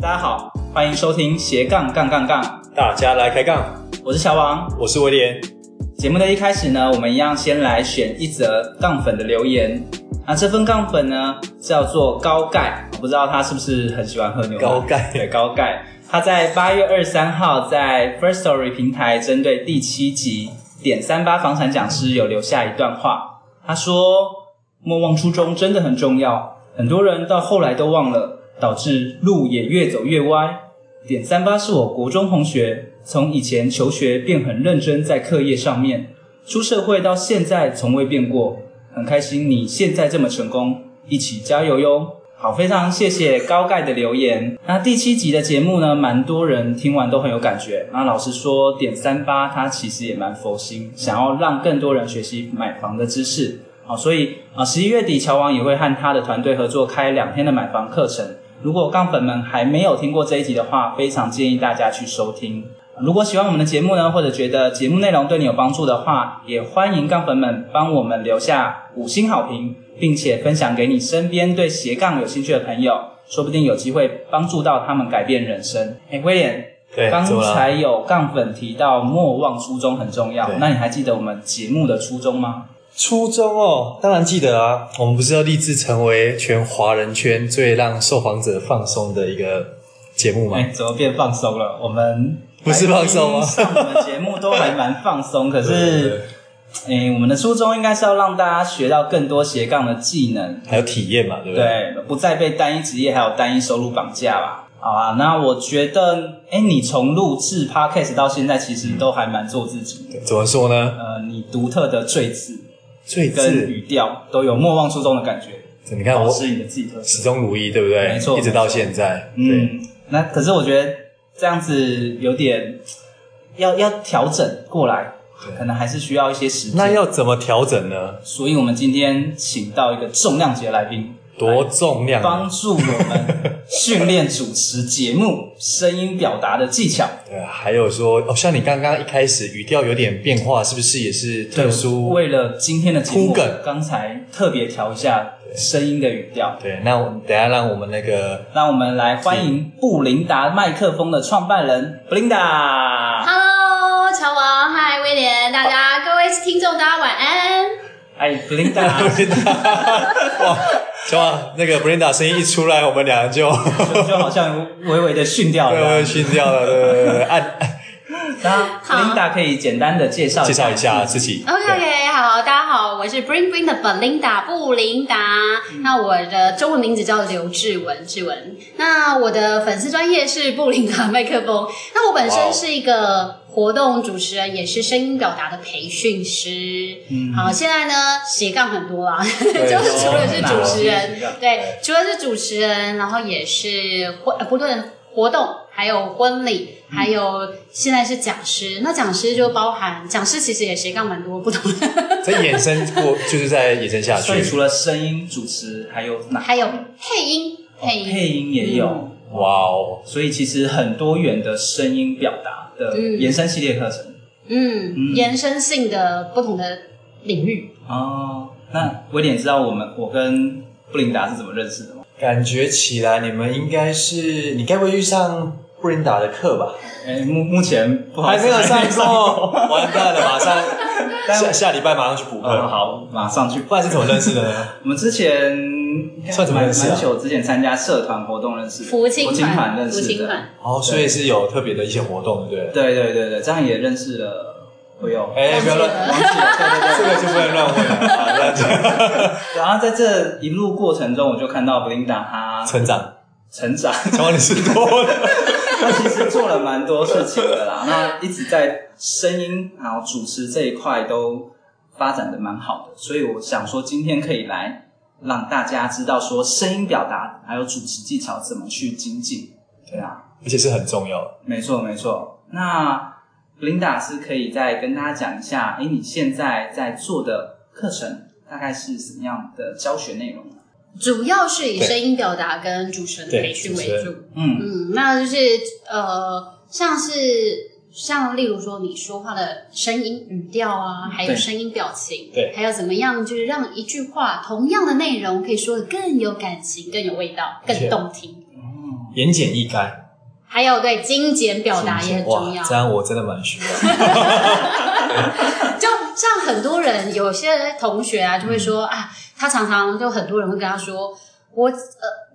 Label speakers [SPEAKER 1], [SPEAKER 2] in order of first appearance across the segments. [SPEAKER 1] 大家好，欢迎收听斜杠杠杠杠，
[SPEAKER 2] 大家来开杠，
[SPEAKER 1] 我是小王。
[SPEAKER 2] 我是威廉。
[SPEAKER 1] 节目的一开始呢，我们一样先来选一则杠粉的留言。那这份杠粉呢，叫做高钙，我不知道他是不是很喜欢喝牛奶。
[SPEAKER 2] 高钙
[SPEAKER 1] 对高钙，他在八月二十三号在 First Story 平台针对第七集点三八房产讲师有留下一段话，他说：“莫忘初衷真的很重要，很多人到后来都忘了，导致路也越走越歪。”点三八是我国中同学，从以前求学便很认真在课业上面，出社会到现在从未变过，很开心你现在这么成功，一起加油哟！好，非常谢谢高盖的留言。那第七集的节目呢，蛮多人听完都很有感觉。那老实说，点三八它其实也蛮佛心，想要让更多人学习买房的知识。好，所以啊，十、一月底乔王也会和他的团队合作开两天的买房课程。如果杠粉们还没有听过这一集的话，非常建议大家去收听。如果喜欢我们的节目呢，或者觉得节目内容对你有帮助的话，也欢迎杠粉们帮我们留下五星好评，并且分享给你身边对斜杠有兴趣的朋友，说不定有机会帮助到他们改变人生。哎，威廉，
[SPEAKER 2] 对，
[SPEAKER 1] 刚
[SPEAKER 2] 怎么
[SPEAKER 1] 才
[SPEAKER 2] 了？
[SPEAKER 1] 有杠粉提到莫忘初衷很重要
[SPEAKER 2] 对，
[SPEAKER 1] 那你还记得我们节目的初衷吗？
[SPEAKER 2] 初中哦，当然记得啊。我们不是要立志成为全华人圈最让受访者放松的一个节目吗？
[SPEAKER 1] 哎，怎么变放松了？我们
[SPEAKER 2] 不是放松吗
[SPEAKER 1] 来宾上我们节目都还蛮放松，可是，哎，我们的初衷应该是要让大家学到更多斜杠的技能，
[SPEAKER 2] 还有体验嘛，对不对？
[SPEAKER 1] 对，不再被单一职业还有单一收入绑架吧。好啊，那我觉得，哎，你从录制 podcast 到现在，其实都还蛮做自己的。
[SPEAKER 2] 怎么说呢？
[SPEAKER 1] 呃，你独特的赘字
[SPEAKER 2] 最
[SPEAKER 1] 跟
[SPEAKER 2] 自，
[SPEAKER 1] 语调都有莫忘初衷的感觉，
[SPEAKER 2] 你看
[SPEAKER 1] 保
[SPEAKER 2] 我
[SPEAKER 1] 持你的自己特色。
[SPEAKER 2] 始终如一，对不对？
[SPEAKER 1] 没错
[SPEAKER 2] 一直到现在。对，
[SPEAKER 1] 嗯，那可是我觉得这样子有点要要调整过来，可能还是需要一些时
[SPEAKER 2] 那
[SPEAKER 1] 间。
[SPEAKER 2] 要怎么调整呢？
[SPEAKER 1] 所以，我们今天请到一个重量级的来宾，
[SPEAKER 2] 多重量啊？
[SPEAKER 1] 帮助我们训练主持节 目声音表达的技巧。
[SPEAKER 2] 对啊，还有说，哦，像你刚刚一开始语调有点变化，是不是也是特殊？
[SPEAKER 1] 为了今天的节目
[SPEAKER 2] 铺梗，
[SPEAKER 1] 刚才特别调一下声音的语调。
[SPEAKER 2] 对，那我们等一下让我们那个
[SPEAKER 1] 让我们来欢迎布琳达麦克风的创办人布琳达。
[SPEAKER 3] Hello，乔王，嗨，威廉，大家各位听众，大家晚安。
[SPEAKER 1] 哎，布琳达，
[SPEAKER 2] 小马那个 Brenda 声音一出来，我们俩就
[SPEAKER 1] 就就好像微微的训掉了。
[SPEAKER 2] 被熏掉了，对对对对，按
[SPEAKER 1] 那
[SPEAKER 3] 好
[SPEAKER 1] Linda 可以简单的介绍
[SPEAKER 2] 介绍一下自己。
[SPEAKER 3] OK
[SPEAKER 2] 对
[SPEAKER 3] OK，好，大家好，我是 Bring Bring 的 Belinda 布琳达。那我的中文名字叫刘志文，志文。那我的粉丝专业是 布琳达麦克风。那我本
[SPEAKER 2] 哇哦
[SPEAKER 3] 身是一个活动主持人，也是声音表达的培训师。好，现在呢斜杠很多啦， 就是除了是主持人，对，除了是主持人，然后也是活呃不论活动，还有婚礼，还有现在是讲师。那讲师就包含讲师，其实也斜杠蛮多不同 的，
[SPEAKER 2] 再衍生过，就是再衍生下去
[SPEAKER 1] 所。以除了声音主持，还有哪？
[SPEAKER 3] 还有配音，哦配音，
[SPEAKER 1] 配音也有，
[SPEAKER 2] 哇哦，
[SPEAKER 1] 所以其实很多元的声音表达的
[SPEAKER 3] 嗯
[SPEAKER 1] 延伸系列课程。
[SPEAKER 3] 嗯，
[SPEAKER 1] 嗯
[SPEAKER 3] 延伸性的不同的领域。
[SPEAKER 1] 哦，那威廉知道我们我跟布琳达是怎么认识的吗？
[SPEAKER 2] 感觉起来你们应该是，你该不会去上 Brenda 的课吧？
[SPEAKER 1] 哎，目目前不好意
[SPEAKER 2] 还
[SPEAKER 1] 思
[SPEAKER 2] 没有上
[SPEAKER 1] 还没
[SPEAKER 2] 过，完蛋了，马上下下礼拜马上去补
[SPEAKER 1] 嗯，
[SPEAKER 2] 课。
[SPEAKER 1] 好，马上去。
[SPEAKER 2] 不然是怎么认识的呢？
[SPEAKER 1] 我们之前
[SPEAKER 2] 算怎么
[SPEAKER 1] 蛮
[SPEAKER 2] 认识啊
[SPEAKER 1] 蛮久之前参加社团活动认识的，
[SPEAKER 3] 福清
[SPEAKER 1] 团
[SPEAKER 3] 团，
[SPEAKER 1] 认
[SPEAKER 3] 福
[SPEAKER 1] 识
[SPEAKER 3] 清
[SPEAKER 1] 的。
[SPEAKER 3] 团，
[SPEAKER 2] 哦，所以是有特别的一些活动，对不对？
[SPEAKER 1] 对对对对，这样也认识了，哎呦，
[SPEAKER 2] 哎，不要乱，
[SPEAKER 1] 忘记了，对对
[SPEAKER 2] 这
[SPEAKER 1] 对
[SPEAKER 2] 个就不能乱问了啊！乱讲，
[SPEAKER 1] 对。然后在这一路过程中，我就看到布琳达她
[SPEAKER 2] 成长，
[SPEAKER 1] 成长，
[SPEAKER 2] 成长你是多了。
[SPEAKER 1] 她其实做了蛮多事情的啦。那一直在声音然后主持这一块都发展的蛮好的，所以我想说今天可以来让大家知道说声音表达还有主持技巧怎么去精进。对啊，
[SPEAKER 2] 而且是很重要的。
[SPEAKER 1] 没错没错。那布琳达是可以再跟大家讲一下，哎，你现在在做的课程大概是什么样的教学内容？
[SPEAKER 3] 主要是以
[SPEAKER 2] 对
[SPEAKER 3] 声音表达跟主持人
[SPEAKER 2] 对
[SPEAKER 3] 培训
[SPEAKER 2] 主
[SPEAKER 3] 为
[SPEAKER 2] 持人
[SPEAKER 3] 主。
[SPEAKER 1] 嗯，
[SPEAKER 3] 嗯，那就是呃，像是像例如说你说话的声音语调啊，还有
[SPEAKER 1] 对
[SPEAKER 3] 声音表情，
[SPEAKER 2] 嗯对
[SPEAKER 3] 还有怎么样，就是让一句话同样的内容可以说的更有感情、更有味道、
[SPEAKER 2] 而且
[SPEAKER 3] 更动听。
[SPEAKER 1] 哦，
[SPEAKER 2] 言简意赅。
[SPEAKER 3] 还有对精简表达也很重要
[SPEAKER 2] 哇，。这样我真的蛮需要。
[SPEAKER 3] 就像很多人，有些同学啊，
[SPEAKER 2] 嗯
[SPEAKER 3] 就会说、啊，他常常就很多人会跟他说，我呃，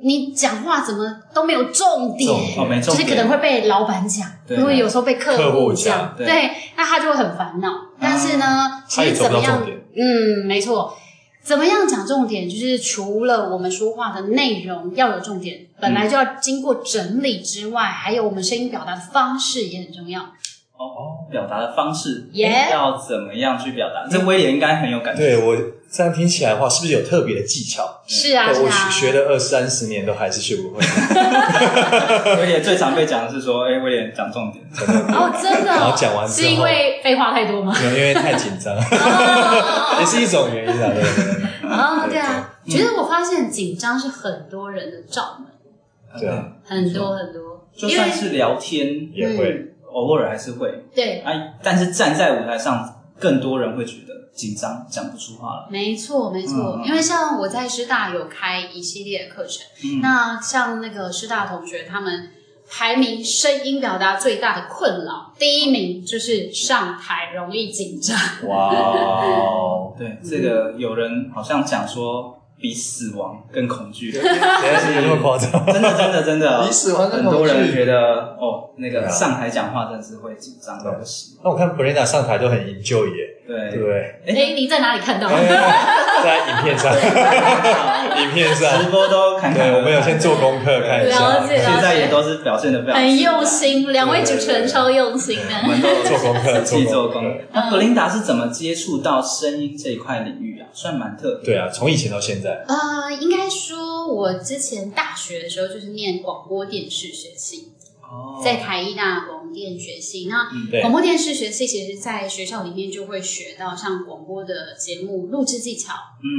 [SPEAKER 3] 你讲话怎么都没有重点，
[SPEAKER 2] 重点
[SPEAKER 1] 哦，没
[SPEAKER 3] 就
[SPEAKER 1] 重
[SPEAKER 3] 是
[SPEAKER 1] 点
[SPEAKER 3] 可能会被老板讲，
[SPEAKER 1] 对
[SPEAKER 3] 因为有时候被客
[SPEAKER 2] 客户
[SPEAKER 3] 讲
[SPEAKER 2] 讲，啊
[SPEAKER 1] 对
[SPEAKER 3] 那他就会很烦恼。但是呢，其
[SPEAKER 2] 他也
[SPEAKER 3] 实
[SPEAKER 2] 找
[SPEAKER 3] 怎
[SPEAKER 2] 不到
[SPEAKER 3] 么样
[SPEAKER 2] 重，点。
[SPEAKER 3] 嗯，没错。怎么样讲重点？就是除了我们说话的内容要有重点，本来就要经过整理之外，还有我们声音表达的方式也很重要。
[SPEAKER 2] 嗯
[SPEAKER 1] 哦，表达的方式
[SPEAKER 3] Yeah
[SPEAKER 1] 要怎么样去表达？这威廉应该很有感觉。
[SPEAKER 2] 对我这样听起来的话，是不是有特别的技巧？
[SPEAKER 3] 是啊，
[SPEAKER 2] 对
[SPEAKER 3] 是
[SPEAKER 2] 我
[SPEAKER 3] 啊，
[SPEAKER 2] 学学了二三十年都还是学不会，
[SPEAKER 1] 而且最常被讲的是说，哎，威廉讲重点。
[SPEAKER 2] 真 的
[SPEAKER 3] 哦，真的哦，
[SPEAKER 2] 然后讲完之后
[SPEAKER 3] 是因为废话 太多吗？哦
[SPEAKER 2] 因为因为太紧张，也是一种原因啊。对对对
[SPEAKER 3] 啊，对啊，
[SPEAKER 2] 嗯
[SPEAKER 3] 其实我发现紧张是很多人的罩门，
[SPEAKER 2] 对啊，
[SPEAKER 3] 很多很多，
[SPEAKER 1] 就
[SPEAKER 3] 因为
[SPEAKER 1] 算是聊天，
[SPEAKER 2] 也会。
[SPEAKER 3] 嗯
[SPEAKER 1] 偶尔还是会
[SPEAKER 3] 对，
[SPEAKER 1] 哎，但是站在舞台上，更多人会觉得紧张，讲不出话来。
[SPEAKER 3] 没错没错
[SPEAKER 1] 嗯，嗯
[SPEAKER 3] 因为像我在师大有开一系列的课程，
[SPEAKER 1] 嗯，
[SPEAKER 3] 那像那个师大同学他们。排名声音表达最大的困扰，第一名就是上台容易紧张。
[SPEAKER 2] 哇哦，
[SPEAKER 1] 对，这个有人好像讲说，比死亡更恐惧。
[SPEAKER 2] 原来是有那么夸张。
[SPEAKER 1] 真的真的真的，
[SPEAKER 2] 比死亡更
[SPEAKER 1] 很
[SPEAKER 2] 恐惧
[SPEAKER 1] 多人觉得哦，那
[SPEAKER 2] 对
[SPEAKER 1] 个
[SPEAKER 2] 啊
[SPEAKER 1] 上台讲话真的是会紧张到不行。
[SPEAKER 2] 那我看 Brenda 上台都很 enjoy 耶，对啊不
[SPEAKER 1] 对，
[SPEAKER 2] 对？
[SPEAKER 3] 哎、你在哪里看到？
[SPEAKER 2] 在影片上，影片
[SPEAKER 1] 直
[SPEAKER 2] 上，
[SPEAKER 1] 播都看看，
[SPEAKER 2] 对，我们有先做功课看一
[SPEAKER 3] 了解
[SPEAKER 2] 下，
[SPEAKER 1] 现在也都是表现的非常
[SPEAKER 3] 很用，心，两位主持人超用心
[SPEAKER 1] 我
[SPEAKER 3] 的。
[SPEAKER 1] 们都
[SPEAKER 2] 做功课，
[SPEAKER 1] 自己做
[SPEAKER 2] 功
[SPEAKER 1] 功
[SPEAKER 2] 课
[SPEAKER 1] 课。。那格琳达是怎么接触到声音这一块领域啊？算蛮特别。
[SPEAKER 2] 对啊，从以前到现在，
[SPEAKER 3] 呃，应该说，我之前大学的时候就是念广播电视学系，
[SPEAKER 1] 哦
[SPEAKER 3] 在台艺大广播电学系。那
[SPEAKER 1] 嗯
[SPEAKER 2] 对
[SPEAKER 3] 广播电视学系其实，在学校里面就会学到像广播的节目录制技巧，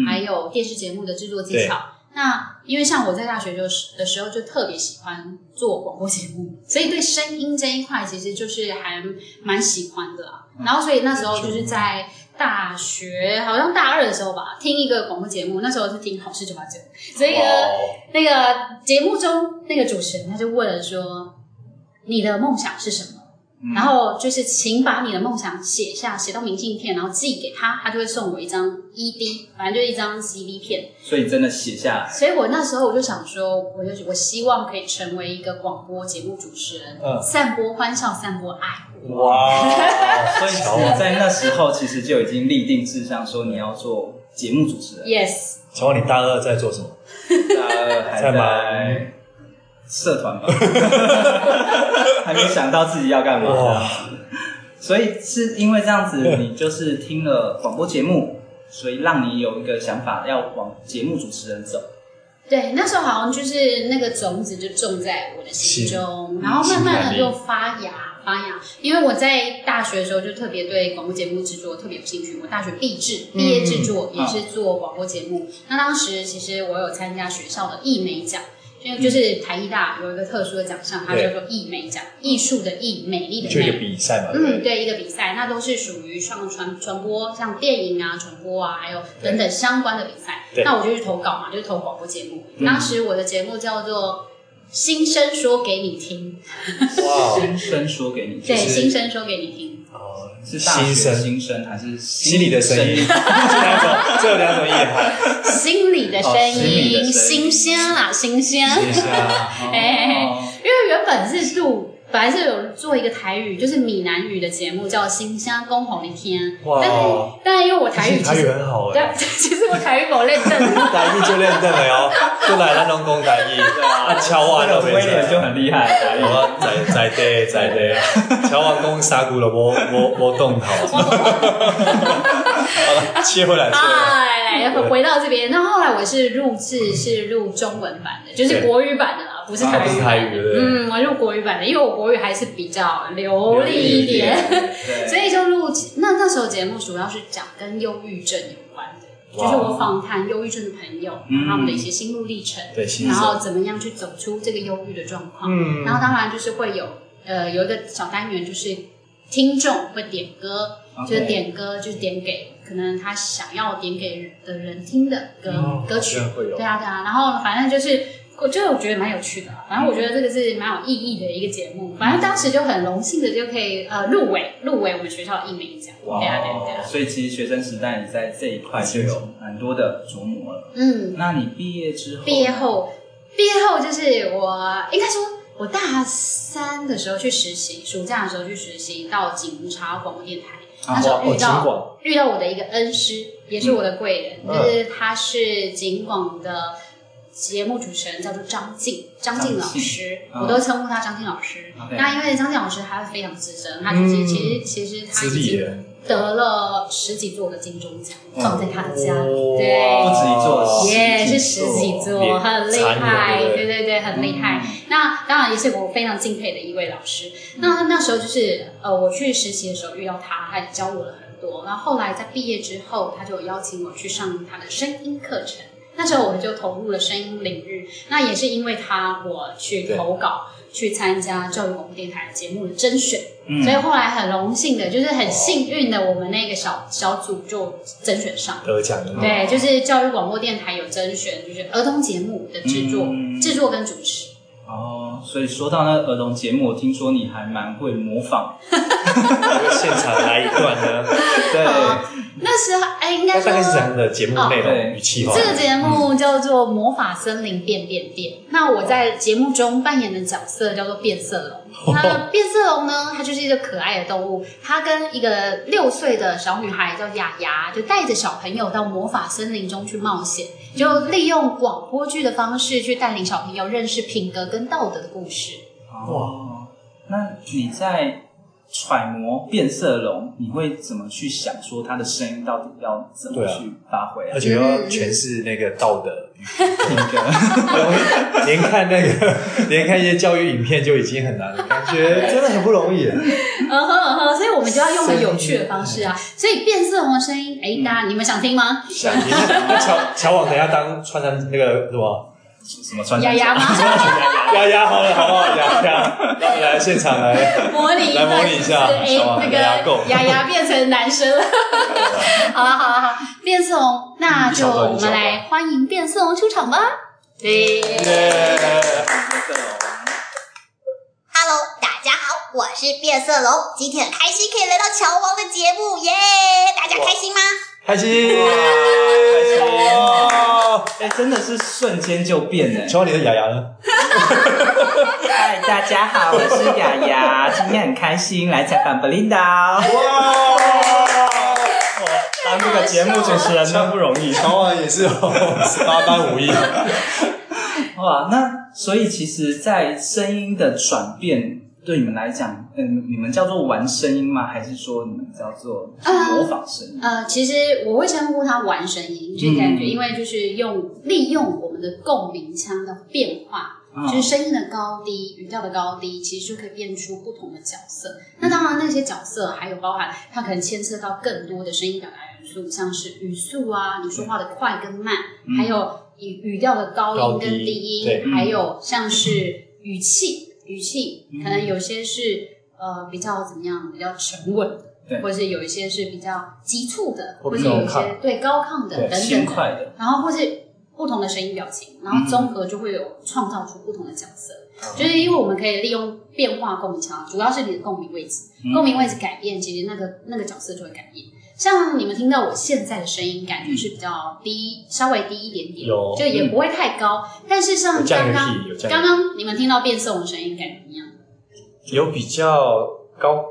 [SPEAKER 3] 还
[SPEAKER 1] 嗯，
[SPEAKER 3] 有电视节目的制作技巧。那因为像我在大学就是的时候就特别喜欢做广播节目， 所以对声音这一块其实就是还蛮喜欢的啊。
[SPEAKER 2] 嗯
[SPEAKER 3] 然后所以那时候就是在大学，好像大二的时候吧，听一个广播节目，那时候是听《好事九八九》，所以
[SPEAKER 2] 哇
[SPEAKER 3] 呢，
[SPEAKER 2] 哦
[SPEAKER 3] 那个节目中那个主持人他就问了说：“你的梦想是什么？”
[SPEAKER 1] 嗯
[SPEAKER 3] 然后就是，请把你的梦想写下，写到明信片，然后寄给他，他就会送我一张 ED，反正就一张 CD 片。
[SPEAKER 1] 所以真的写下来，
[SPEAKER 3] 所以我那时候我就想说，我就我希望可以成为一个广播节目主持人，
[SPEAKER 2] 嗯
[SPEAKER 3] 散播欢笑，散播爱。
[SPEAKER 2] 哇，
[SPEAKER 1] 所
[SPEAKER 2] 乔
[SPEAKER 1] 以
[SPEAKER 2] 王
[SPEAKER 1] 你在那时候其实就已经立定志向，说你要做节目主持人。
[SPEAKER 3] Yes，
[SPEAKER 2] 乔王，你大二在做什么？
[SPEAKER 1] 大二还在
[SPEAKER 2] 在忙
[SPEAKER 1] 社团 吧，还没想到自己要干嘛这样子。所以是因为这样子，你就是听了广播节目，所以让你有一个想法要往节目主持人走。
[SPEAKER 2] 啊
[SPEAKER 3] 对，那时候好像就是那个种子就种在我的心中，然后慢慢的就发芽发芽。因为我在大学的时候就特别对广播节目制作特别有兴趣，我大学毕制毕业制作也是做广播节目。那当时其实我有参加学校的艺美奖。因为就是台艺大有一个特殊的奖项，它叫做艺美奖，艺术的艺，美丽的
[SPEAKER 2] 就一个
[SPEAKER 3] 美。
[SPEAKER 2] 比赛嘛，对不对
[SPEAKER 3] 嗯，对，一个比赛，那都是属于像传传播，像电影啊、传播啊，还有等等相关的比赛
[SPEAKER 2] 对。
[SPEAKER 3] 那我就去投稿嘛，就是投广播节目。
[SPEAKER 1] 嗯
[SPEAKER 3] 当时我的节目叫做《心声说给你听
[SPEAKER 2] 哇
[SPEAKER 1] 心声说给你》，
[SPEAKER 3] 对，
[SPEAKER 1] 听，
[SPEAKER 2] 是
[SPEAKER 3] 心声说给你听。
[SPEAKER 2] 哦，
[SPEAKER 1] 是大学
[SPEAKER 2] 心声
[SPEAKER 1] 心声还是
[SPEAKER 2] 心里的声音，这两种，这有两种意涵。
[SPEAKER 3] 心里的
[SPEAKER 1] 哦
[SPEAKER 3] 声
[SPEAKER 1] 心里的
[SPEAKER 3] 音，
[SPEAKER 1] 声音
[SPEAKER 3] 新鲜啦，新鲜。
[SPEAKER 2] 一下，
[SPEAKER 1] 哦
[SPEAKER 3] 哎
[SPEAKER 1] 哦
[SPEAKER 3] 因为原本是录，本来是有做一个台语，就是闽南语的节目，叫《新乡公红一天》。
[SPEAKER 2] 哇，
[SPEAKER 3] 但但因为我台语其
[SPEAKER 2] 台语
[SPEAKER 3] 实，
[SPEAKER 2] 很好哎，
[SPEAKER 3] 但 其实我台语某认证。
[SPEAKER 2] 台语就练正了哟，就来咱拢讲台语，啊，乔王
[SPEAKER 1] 这
[SPEAKER 2] 都
[SPEAKER 1] 个
[SPEAKER 2] 没
[SPEAKER 1] 威廉就很厉害了，
[SPEAKER 2] 我在在地在 地，乔王讲三句都无无无动 头。好了，切回来， 切回来。
[SPEAKER 3] 哎，来回回到这边，那后来我是录制是录中文版的，就是
[SPEAKER 2] 对
[SPEAKER 3] 国语版的啦，不是台
[SPEAKER 2] 啊不
[SPEAKER 3] 语
[SPEAKER 2] 是
[SPEAKER 3] 版
[SPEAKER 2] 台
[SPEAKER 3] 的。
[SPEAKER 2] 语对不对
[SPEAKER 3] 嗯，我录国语版的，因为我国语还是比较流利一点，
[SPEAKER 1] 对，
[SPEAKER 3] 所以就录那那时候节目主要是讲跟忧郁症有关的，就
[SPEAKER 2] 哇
[SPEAKER 3] 是我访谈忧郁症的朋友，然
[SPEAKER 1] 嗯
[SPEAKER 3] 后他们的一些心路历程，
[SPEAKER 2] 对，新
[SPEAKER 3] 然
[SPEAKER 2] 生，
[SPEAKER 3] 后怎么样去走出这个忧郁的状况。
[SPEAKER 2] 嗯
[SPEAKER 3] 然后当然就是会有呃有一个小单元就是听众会点歌，就是
[SPEAKER 1] OK
[SPEAKER 3] 点歌，就是点给可能他想要点给的人听的歌、
[SPEAKER 2] 嗯
[SPEAKER 3] 歌曲
[SPEAKER 2] 这。样会有
[SPEAKER 3] 啊对啊，对啊，然后反正就是我就我觉得蛮有趣的啊，反正我觉得这个是蛮有意义的一个节目。反正当时就很荣幸的就可以呃入围入围我们学校的艺美奖，
[SPEAKER 2] 哦
[SPEAKER 1] 哇
[SPEAKER 3] 对啊对啊对啊，
[SPEAKER 1] 所以其实学生时代你在这一块就有蛮多的琢磨了。
[SPEAKER 3] 嗯，
[SPEAKER 1] 那你毕业之后，
[SPEAKER 3] 毕业后毕业后就是我应该说。我大三的时候去实习，暑假的时候去实习，到警察广播电台。
[SPEAKER 1] 啊
[SPEAKER 3] 那时候
[SPEAKER 2] 哦，
[SPEAKER 3] 遇
[SPEAKER 2] 尽
[SPEAKER 3] 到
[SPEAKER 2] 管
[SPEAKER 3] 遇到我的一个恩师，也是我的贵人，
[SPEAKER 2] 嗯
[SPEAKER 3] 就是他是警广的节目主持人，叫做张静，张静老
[SPEAKER 1] 张
[SPEAKER 3] 师，
[SPEAKER 1] 嗯
[SPEAKER 3] 我都称呼他张静老师。
[SPEAKER 1] OK
[SPEAKER 3] 那因为张静老师他非常资深，他其实、
[SPEAKER 2] 嗯
[SPEAKER 3] 其实其实他
[SPEAKER 2] 资
[SPEAKER 3] 已
[SPEAKER 2] 历
[SPEAKER 3] 经
[SPEAKER 2] 人，
[SPEAKER 3] 得了十几座的金钟奖，
[SPEAKER 1] 哇
[SPEAKER 3] 放在他的家，
[SPEAKER 2] 哇
[SPEAKER 1] 不
[SPEAKER 3] 对。
[SPEAKER 1] 止一座，
[SPEAKER 3] 耶、
[SPEAKER 1] 十
[SPEAKER 3] 是
[SPEAKER 1] 几
[SPEAKER 3] 十几座，很厉
[SPEAKER 2] 残
[SPEAKER 3] 害，
[SPEAKER 2] 忍对不
[SPEAKER 3] 对
[SPEAKER 2] 对
[SPEAKER 3] 对对，很厉害。
[SPEAKER 1] 嗯
[SPEAKER 3] 那当然也是我非常敬佩的一位老师。
[SPEAKER 1] 嗯
[SPEAKER 3] 那那时候就是呃，我去实习的时候遇到他，他也教我了很多。然后后来在毕业之后，他就邀请我去上他的声音课程。那时候我就投入了声音领域。那也是因为他，我去
[SPEAKER 2] 对
[SPEAKER 3] 投稿去参加教育广播电台节目的甄选。
[SPEAKER 1] 嗯，
[SPEAKER 3] 所以后来很荣幸的，就是很幸运的，我们那个小小组就甄选上。
[SPEAKER 2] 得奖的，
[SPEAKER 3] 对，就是教育广播电台有甄选，就是儿童节目的制作、
[SPEAKER 1] 嗯
[SPEAKER 3] 制作跟主持。
[SPEAKER 1] 哦，所以说到那儿童节目，我听说你还蛮会模仿，
[SPEAKER 2] 现场来一段呢，
[SPEAKER 1] 对，
[SPEAKER 3] 哦那时候，哎，应该
[SPEAKER 2] 那大
[SPEAKER 3] 说
[SPEAKER 2] 概是怎样的节目内
[SPEAKER 1] 哦对
[SPEAKER 2] 容与企划？
[SPEAKER 3] 这个节目叫做《魔法森林变变变》。那我在节目中扮演的角色叫做变色 龙。那变色龙呢，它就是一个可爱的动物，它跟一个六岁的小女孩叫雅雅，就带着小朋友到魔法森林中去冒险，
[SPEAKER 2] 嗯
[SPEAKER 3] 就利用广播剧的方式去带领小朋友认识品格跟道德的故事。
[SPEAKER 1] 哦，那你在揣摩变色龙，你会怎么去想说它的声音到底要怎么
[SPEAKER 2] 对啊
[SPEAKER 1] 去发挥啊
[SPEAKER 2] 而？且
[SPEAKER 3] 嗯
[SPEAKER 2] 要诠释那个道德，
[SPEAKER 1] 品格，
[SPEAKER 2] 连看那个连看一些教育影片就已经很难了，感觉真的很不容易。
[SPEAKER 3] 嗯哼嗯哼，所以我们就要用个有趣的方式啊。所以变色龙的声音，哎，大家你们想听吗？
[SPEAKER 2] 想一想，那乔乔王等一下当穿上那个什么
[SPEAKER 1] 什么穿
[SPEAKER 3] 雅
[SPEAKER 1] 山甲
[SPEAKER 3] 雅马上
[SPEAKER 2] 丫丫好了，好不好？丫丫，让我们来现场来。
[SPEAKER 3] 模拟
[SPEAKER 2] 来模拟一 下
[SPEAKER 3] 哎、
[SPEAKER 2] 小马
[SPEAKER 3] 那
[SPEAKER 2] 牙牙垢
[SPEAKER 3] 个牙牙变成男生了。好了好了好，变色龙，那就我们来欢迎变色龙出场吧。对，
[SPEAKER 1] 变色龙，
[SPEAKER 4] Hello，大家好，我是变色龙，今天很开心可以来到乔王的节目耶大家开心吗？
[SPEAKER 2] 开心，
[SPEAKER 1] 哎，真的是瞬间就变哎！
[SPEAKER 2] 乔王，你的丫丫呢？
[SPEAKER 1] 嗨，大家好，我是雅 雅，今天很开心来采访 Belinda。
[SPEAKER 2] 哇！
[SPEAKER 1] 当这个节目主持人真不容易
[SPEAKER 2] 乔王也是哦，十八般武艺。
[SPEAKER 1] 哇！那所以其实，在声音的转变对你们来讲，嗯，你们叫做玩声音吗？还是说你们叫做模仿声音？
[SPEAKER 3] 呃，其实我会称呼它玩声音，就是感觉，
[SPEAKER 1] 嗯
[SPEAKER 3] 因为就是用利用我们的共鸣腔的变化。
[SPEAKER 1] 嗯
[SPEAKER 3] 就是声音的高低、语调的高低，其实就可以变出不同的角色。那当然，那些角色还有包含它可能牵涉到更多的声音表达元素，像是语速啊，你说话的快跟慢，
[SPEAKER 1] 嗯
[SPEAKER 3] 还有语语调的高音跟低音，
[SPEAKER 2] 高低
[SPEAKER 1] 对
[SPEAKER 3] 还有像是语气，语气
[SPEAKER 1] 嗯
[SPEAKER 3] 可能有些是。呃，比较怎么样？比较沉稳的
[SPEAKER 1] 对，
[SPEAKER 3] 或者是有一些是比较急促的，
[SPEAKER 2] 或
[SPEAKER 3] 或
[SPEAKER 2] 者
[SPEAKER 3] 者有一
[SPEAKER 2] 高亢
[SPEAKER 3] 些对高亢的
[SPEAKER 1] 对
[SPEAKER 3] 等等
[SPEAKER 1] 轻
[SPEAKER 3] 的。
[SPEAKER 1] 快的。
[SPEAKER 3] 然后或是不同的声音表情，然后综合就会有创造出不同的角色。
[SPEAKER 2] 嗯
[SPEAKER 3] 就是因为我们可以利用变化共鸣腔，主要是你的共鸣位置，
[SPEAKER 1] 嗯
[SPEAKER 3] 共鸣位置改变，其实那个那个角色就会改变。像你们听到我现在的声音，感觉是比较低，稍微低一点点
[SPEAKER 2] 有，
[SPEAKER 3] 就也不会太高。但是像
[SPEAKER 2] 有降
[SPEAKER 3] 刚
[SPEAKER 2] 雨
[SPEAKER 3] 刚
[SPEAKER 2] 器，有
[SPEAKER 3] 刚
[SPEAKER 2] 降雨，
[SPEAKER 3] 刚你们听到变色龙的声音，感觉怎么样？
[SPEAKER 2] 有比较高，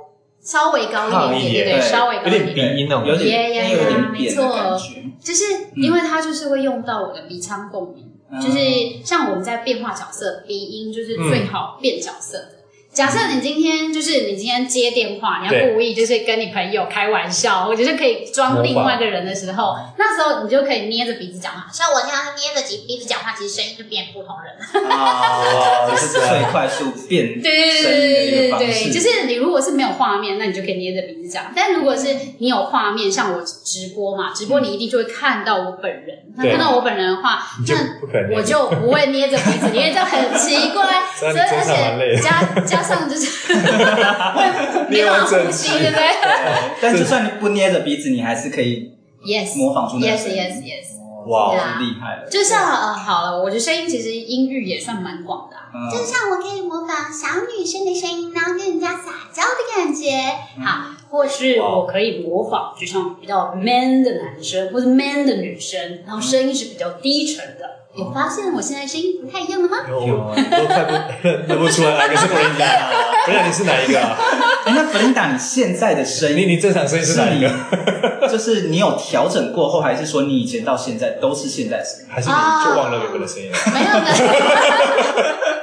[SPEAKER 3] 稍微高一
[SPEAKER 2] 胖一点
[SPEAKER 3] 点点，对
[SPEAKER 1] 对
[SPEAKER 3] 对，稍微高
[SPEAKER 2] 有
[SPEAKER 3] 一
[SPEAKER 2] 点鼻
[SPEAKER 3] 点。
[SPEAKER 2] 音那种
[SPEAKER 1] 有
[SPEAKER 2] 感觉。
[SPEAKER 1] 点
[SPEAKER 3] 呀呀
[SPEAKER 1] 有点
[SPEAKER 3] 没
[SPEAKER 1] 扁的
[SPEAKER 3] 错
[SPEAKER 1] 感觉，
[SPEAKER 3] 就是因为它就是会用到我的鼻腔共鸣，
[SPEAKER 1] 嗯
[SPEAKER 3] 就是像我们在变化角色，鼻音就是最好变角色
[SPEAKER 1] 嗯
[SPEAKER 3] 的。假设你今天就是你今天接电话，你要
[SPEAKER 2] 对
[SPEAKER 3] 故意就是跟你朋友开玩笑，我觉得可以装另外一个人的时候，那时候你就可以捏着鼻子讲话。
[SPEAKER 4] 像我这样捏着鼻子讲话，其实声音就变不同人
[SPEAKER 1] 嗯
[SPEAKER 4] 了。
[SPEAKER 1] 啊， 这是
[SPEAKER 2] 这样
[SPEAKER 1] 最快速变
[SPEAKER 3] 对对
[SPEAKER 1] 声音的
[SPEAKER 3] 对
[SPEAKER 1] 一
[SPEAKER 3] 对
[SPEAKER 1] 个
[SPEAKER 3] 对
[SPEAKER 1] 方
[SPEAKER 3] 对
[SPEAKER 1] 式，
[SPEAKER 3] 对，就是你如果是没有画面，那你就可以捏着鼻子讲；但如果是你有画面，像我直播嘛，直播
[SPEAKER 1] 嗯
[SPEAKER 3] 你一定就会看到我本人。那
[SPEAKER 2] 对
[SPEAKER 3] 看到我本人的话，
[SPEAKER 2] 你就
[SPEAKER 3] 那
[SPEAKER 2] 不可能，
[SPEAKER 3] 我就不会捏着鼻子，因为这样很奇怪。所
[SPEAKER 2] 这
[SPEAKER 3] 以
[SPEAKER 2] 样真的蛮累
[SPEAKER 3] 而且加加上就 是会没办法呼吸，对不对
[SPEAKER 1] 但就算你不捏着鼻子，你还是可以
[SPEAKER 3] ？Yes,
[SPEAKER 1] 模仿出那个
[SPEAKER 3] yes,
[SPEAKER 1] 声音
[SPEAKER 3] yes, yes。
[SPEAKER 1] 哇，
[SPEAKER 3] 对
[SPEAKER 1] 很
[SPEAKER 3] 啊
[SPEAKER 1] 厉害了。
[SPEAKER 3] 就像呃，好了，我觉得声音其实音域也算蛮广的、啊。
[SPEAKER 4] 就
[SPEAKER 1] 嗯，
[SPEAKER 4] 像我可以模仿小女生的声音，然后跟人家撒娇的感觉。
[SPEAKER 3] 好，或是我可以模仿，就像比较 man 的男生或者 man 的女生，然后声音是比较低沉的。
[SPEAKER 4] 有发现我现在声音不太一样了吗？
[SPEAKER 2] 有都看不认不出来哪个是 Brenda，不然你是哪一个啊？
[SPEAKER 1] 哎，那弗琳达，你现在的声
[SPEAKER 2] 你
[SPEAKER 1] 音
[SPEAKER 2] 你正常声音是哪一个？
[SPEAKER 1] 就是你 有调整过后，还是说你以前到现在都是现在声音？
[SPEAKER 2] 还是你就忘了原本的声音了？
[SPEAKER 3] 没有的，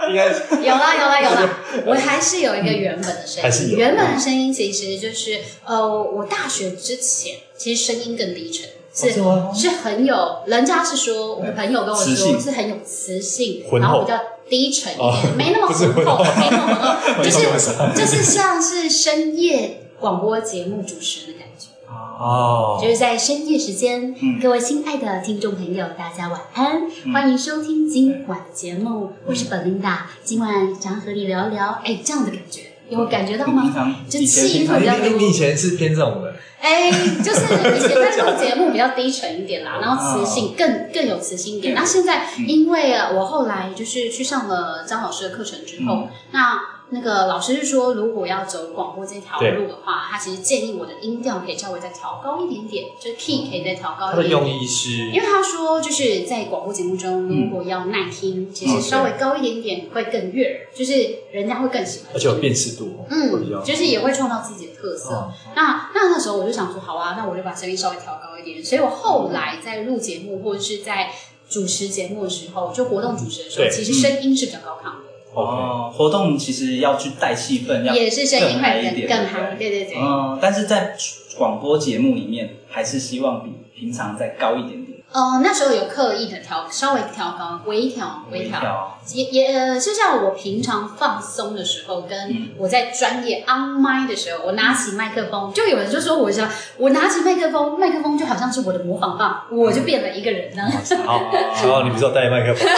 [SPEAKER 2] 应该是
[SPEAKER 3] 有啦有啊啦有啦，我还是有一个原本的声音。
[SPEAKER 2] 还是有
[SPEAKER 3] 原本的声音其实就是呃，我大学之前其实声音更低沉，是
[SPEAKER 2] 哦是吗？
[SPEAKER 3] 是很有，人家是说我的朋友跟我
[SPEAKER 1] 磁性
[SPEAKER 3] 说是很有磁性，
[SPEAKER 2] 浑厚
[SPEAKER 3] 然后比较低沉一
[SPEAKER 2] 哦
[SPEAKER 3] 点，没那么
[SPEAKER 2] 不是
[SPEAKER 3] 浑
[SPEAKER 2] 浑
[SPEAKER 3] 厚，
[SPEAKER 2] 厚
[SPEAKER 3] 没那么浑 厚，就
[SPEAKER 2] 浑厚
[SPEAKER 3] 是
[SPEAKER 2] 是吧
[SPEAKER 3] 就是像是深夜广播节目主持人的感觉，
[SPEAKER 2] 哦
[SPEAKER 3] 就是在深夜时间
[SPEAKER 1] 嗯，
[SPEAKER 3] 各位亲爱的听众朋友，大家晚安，欢迎收听今晚的节目，我是本琳
[SPEAKER 1] 嗯
[SPEAKER 3] 达，今晚想和你聊聊，哎，这样的感觉，有感觉到
[SPEAKER 1] 你平
[SPEAKER 3] 吗？
[SPEAKER 1] 常
[SPEAKER 3] 就
[SPEAKER 1] 以前
[SPEAKER 3] 气
[SPEAKER 1] 平
[SPEAKER 3] 氛
[SPEAKER 1] 常
[SPEAKER 3] 比较
[SPEAKER 2] 你你你以前是偏这种的，
[SPEAKER 3] 哎，就是以前在录节目比较低沉一点啦，然
[SPEAKER 2] 啊
[SPEAKER 3] 后磁性更更有磁性
[SPEAKER 2] 嗯
[SPEAKER 3] 一点。那现在因为呃我后来就是去上了张老师的课程之后，
[SPEAKER 2] 嗯
[SPEAKER 3] 那那个老师是说，如果要走广播这条路的话，他其实建议我的音调可以稍微再调高一点点，就是 key 可以再调高
[SPEAKER 2] 它
[SPEAKER 3] 一
[SPEAKER 2] 的嗯
[SPEAKER 3] 点
[SPEAKER 2] 用
[SPEAKER 3] 点。
[SPEAKER 2] 意是
[SPEAKER 3] 因为他说，就是在广播节目中，
[SPEAKER 2] 嗯
[SPEAKER 3] 如果要耐听，其
[SPEAKER 2] 哦
[SPEAKER 3] 实稍微高一点点会更悦耳，就是人家会更喜欢。
[SPEAKER 2] 而且有辨识度，会比较
[SPEAKER 3] 嗯，就是也会创造自己的特色。
[SPEAKER 2] 哦
[SPEAKER 3] 那那那时候我就想说，好啊，那我就把声音稍微调高一点。所以我后来在录节目或者是在主持节目的时候，就活动主持的时候，
[SPEAKER 2] 对
[SPEAKER 3] 其实声音是比较高亢的，
[SPEAKER 2] OK，
[SPEAKER 1] 哦，活动其实要去带气氛，要
[SPEAKER 3] 也是声音
[SPEAKER 1] 嗯嗨
[SPEAKER 3] 会
[SPEAKER 1] 一
[SPEAKER 3] 更
[SPEAKER 1] 点，
[SPEAKER 3] 更
[SPEAKER 1] 对不
[SPEAKER 3] 嗨。
[SPEAKER 1] 对
[SPEAKER 3] 对对对，
[SPEAKER 1] 嗯，但是在广播节目里面，还是希望比平常再高一点点，
[SPEAKER 3] 呃，那时候有刻意的调，稍微调高，微调，微调。
[SPEAKER 1] 调。
[SPEAKER 3] 也也呃就像我平常放松的时候，
[SPEAKER 1] 嗯
[SPEAKER 3] 跟我在专业 on mic 的时候，我拿起麦克风，就有人就说我像我拿起麦克风，麦克风就好像是我的模仿棒，我就变了一个人呢。
[SPEAKER 2] 好，然后你不是有带麦克 风，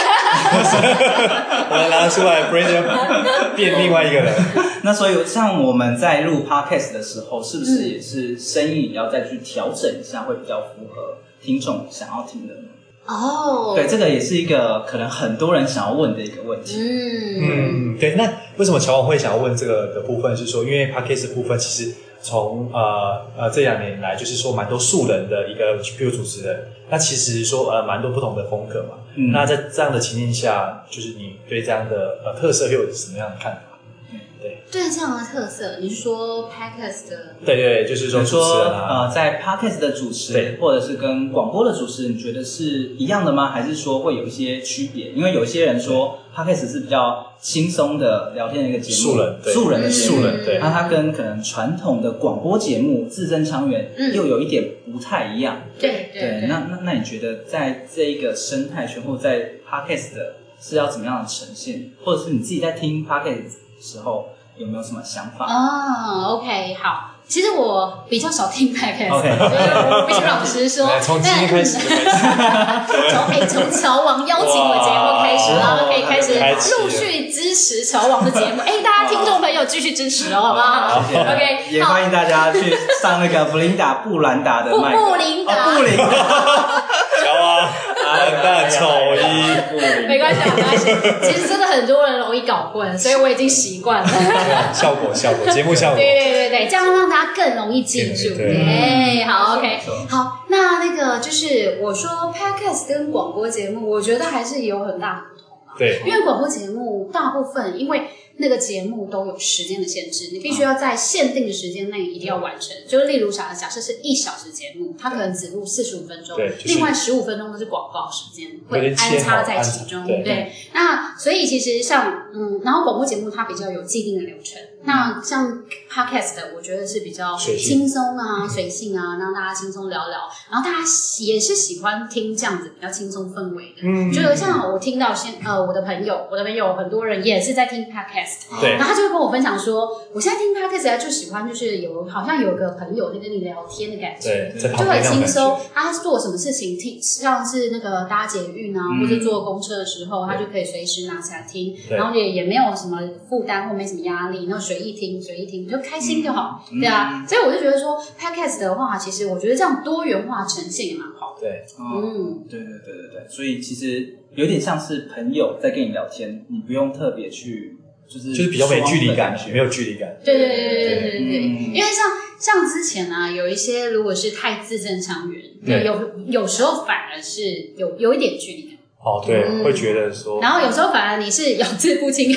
[SPEAKER 2] 我拿出来 b r a d e 变另外一个人，
[SPEAKER 1] 那所以像我们在录 podcast 的时候，是不是也是声音也要再去调整一下，会比较符合听众想要听的呢？
[SPEAKER 3] 哦，
[SPEAKER 1] 对，这个也是一个可能很多人想要问的一个问题。
[SPEAKER 3] 嗯，
[SPEAKER 2] 嗯，对。那为什么乔王会想要问这个的部分，是说因为 podcast 的部分其实从呃呃这两年来，就是说蛮多素人的一个 Q 主持人，那其实说呃蛮多不同的风格嘛。
[SPEAKER 1] 嗯
[SPEAKER 2] 那在这样的情境下，就是你对这样的呃特色会有什么样的看法？
[SPEAKER 3] 对这样的特色，你是说 Packers 的
[SPEAKER 2] 对对，就是
[SPEAKER 1] 比
[SPEAKER 2] 说
[SPEAKER 1] 如
[SPEAKER 2] 主持
[SPEAKER 1] 说，
[SPEAKER 2] 人啊，
[SPEAKER 1] 呃，在 podcast 的主持
[SPEAKER 2] 对，
[SPEAKER 1] 或者是跟广播的主持，你觉得是一样的吗？还是说会有一些区别？因为有些人说 podcast 是比较轻松的聊天的一个节目，
[SPEAKER 2] 素人对
[SPEAKER 1] 素人的节目
[SPEAKER 2] 素人对
[SPEAKER 1] 那它跟可能传统的广播节目字正腔圆
[SPEAKER 3] 嗯
[SPEAKER 1] 又有一点不太一样。
[SPEAKER 3] 对对对，
[SPEAKER 1] 那那那你觉得在这一个生态圈或在 podcast 的是要怎么样的呈现，或者是你自己在听 podcast 的时候有没有什么想法？
[SPEAKER 3] 哦，OK，好。其实我比较少听 Packers，
[SPEAKER 1] OK
[SPEAKER 3] 我必须老实说
[SPEAKER 2] 来，从今天开始就开始。
[SPEAKER 3] 从哎从乔王邀请我节目开始，
[SPEAKER 1] 哇
[SPEAKER 3] 然后可以开
[SPEAKER 2] 开启
[SPEAKER 3] 始
[SPEAKER 2] 了
[SPEAKER 3] 陆续支持乔王的节目。哎，大家听众朋友继续支持哦，好不好
[SPEAKER 1] 谢谢
[SPEAKER 3] ？OK，
[SPEAKER 1] 也
[SPEAKER 3] 好，
[SPEAKER 1] 欢迎大家去上那个弗琳达布兰达的
[SPEAKER 3] 布
[SPEAKER 1] 麦
[SPEAKER 3] 布
[SPEAKER 1] 克。
[SPEAKER 3] 琳达，
[SPEAKER 1] 哦，布琳达，
[SPEAKER 2] 乔 王，安大丑一。
[SPEAKER 1] 布琳
[SPEAKER 3] 没关系，没关系。其实真的很多人容易搞混，所以我已经习 惯了。
[SPEAKER 2] 效果效 果，节目效果。
[SPEAKER 3] 对对对对，这样让大家更容易记住。
[SPEAKER 2] 对对
[SPEAKER 3] 哎，好
[SPEAKER 1] 没
[SPEAKER 3] ，OK，
[SPEAKER 1] 错没
[SPEAKER 3] 好，那那个就是我说 podcast 跟广播节目，我觉得还是有很大的不同啊。
[SPEAKER 2] 对
[SPEAKER 3] 因为广播节目大部分因为那个节目都有时间的限制，你必须要在限定的时间内一定要完成。就是例如假假设是一小时节目，它可能只录四十五分钟，
[SPEAKER 2] 对就是
[SPEAKER 3] 另外十五分钟都是广告时间
[SPEAKER 2] 有
[SPEAKER 3] 会
[SPEAKER 2] 点切
[SPEAKER 3] 安插
[SPEAKER 2] 好
[SPEAKER 3] 在
[SPEAKER 2] 安
[SPEAKER 3] 其
[SPEAKER 2] 插
[SPEAKER 3] 中。
[SPEAKER 2] 对
[SPEAKER 3] 对，那所以其实像嗯，然后广播节目它比较有既定的流程，那像 podcast 的我觉得是比较
[SPEAKER 2] 随性
[SPEAKER 3] 轻松啊、随性啊，让大家轻松聊聊，然后大家喜也是喜欢听这样子比较轻松氛围的。
[SPEAKER 2] 嗯
[SPEAKER 3] 就像我听到现呃，我的朋友，我的朋友很多人也是在听 podcast，
[SPEAKER 2] 对
[SPEAKER 3] 然后他就会跟我分享说，我现在听 podcast 啊就喜欢就是有好像有个朋友在跟你聊天的感觉。
[SPEAKER 2] 对，在
[SPEAKER 3] 就
[SPEAKER 2] 旁
[SPEAKER 3] 很
[SPEAKER 2] 边
[SPEAKER 3] 轻松，啊他做什么事情听，像是那个搭捷运啊，
[SPEAKER 1] 嗯
[SPEAKER 3] 或者坐公车的时候，他就可以随时拿起来听，
[SPEAKER 2] 对
[SPEAKER 3] 然后也也没有什么负担或没什么压力，那随意听随意听，就开心就好，对啊。所以我就觉得说，podcast 的话，其实我觉得这样多元化呈现也蛮好的。
[SPEAKER 2] 对，
[SPEAKER 1] 哦，
[SPEAKER 3] 嗯，
[SPEAKER 1] 对对对对对，所以其实有点像是朋友在跟你聊天，你不用特别去，就是
[SPEAKER 2] 就是比较没距离感
[SPEAKER 1] 双的，
[SPEAKER 2] 没有距离感。
[SPEAKER 3] 对对对对对对对对，
[SPEAKER 1] 嗯
[SPEAKER 3] 因为像像之前啊，有一些如果是太字正腔圆，
[SPEAKER 2] 对
[SPEAKER 3] 有有时候反而是有有一点距离感。
[SPEAKER 2] 哦，对，
[SPEAKER 3] 嗯
[SPEAKER 2] 会觉得说，
[SPEAKER 3] 然后有时候反而你是咬字不清，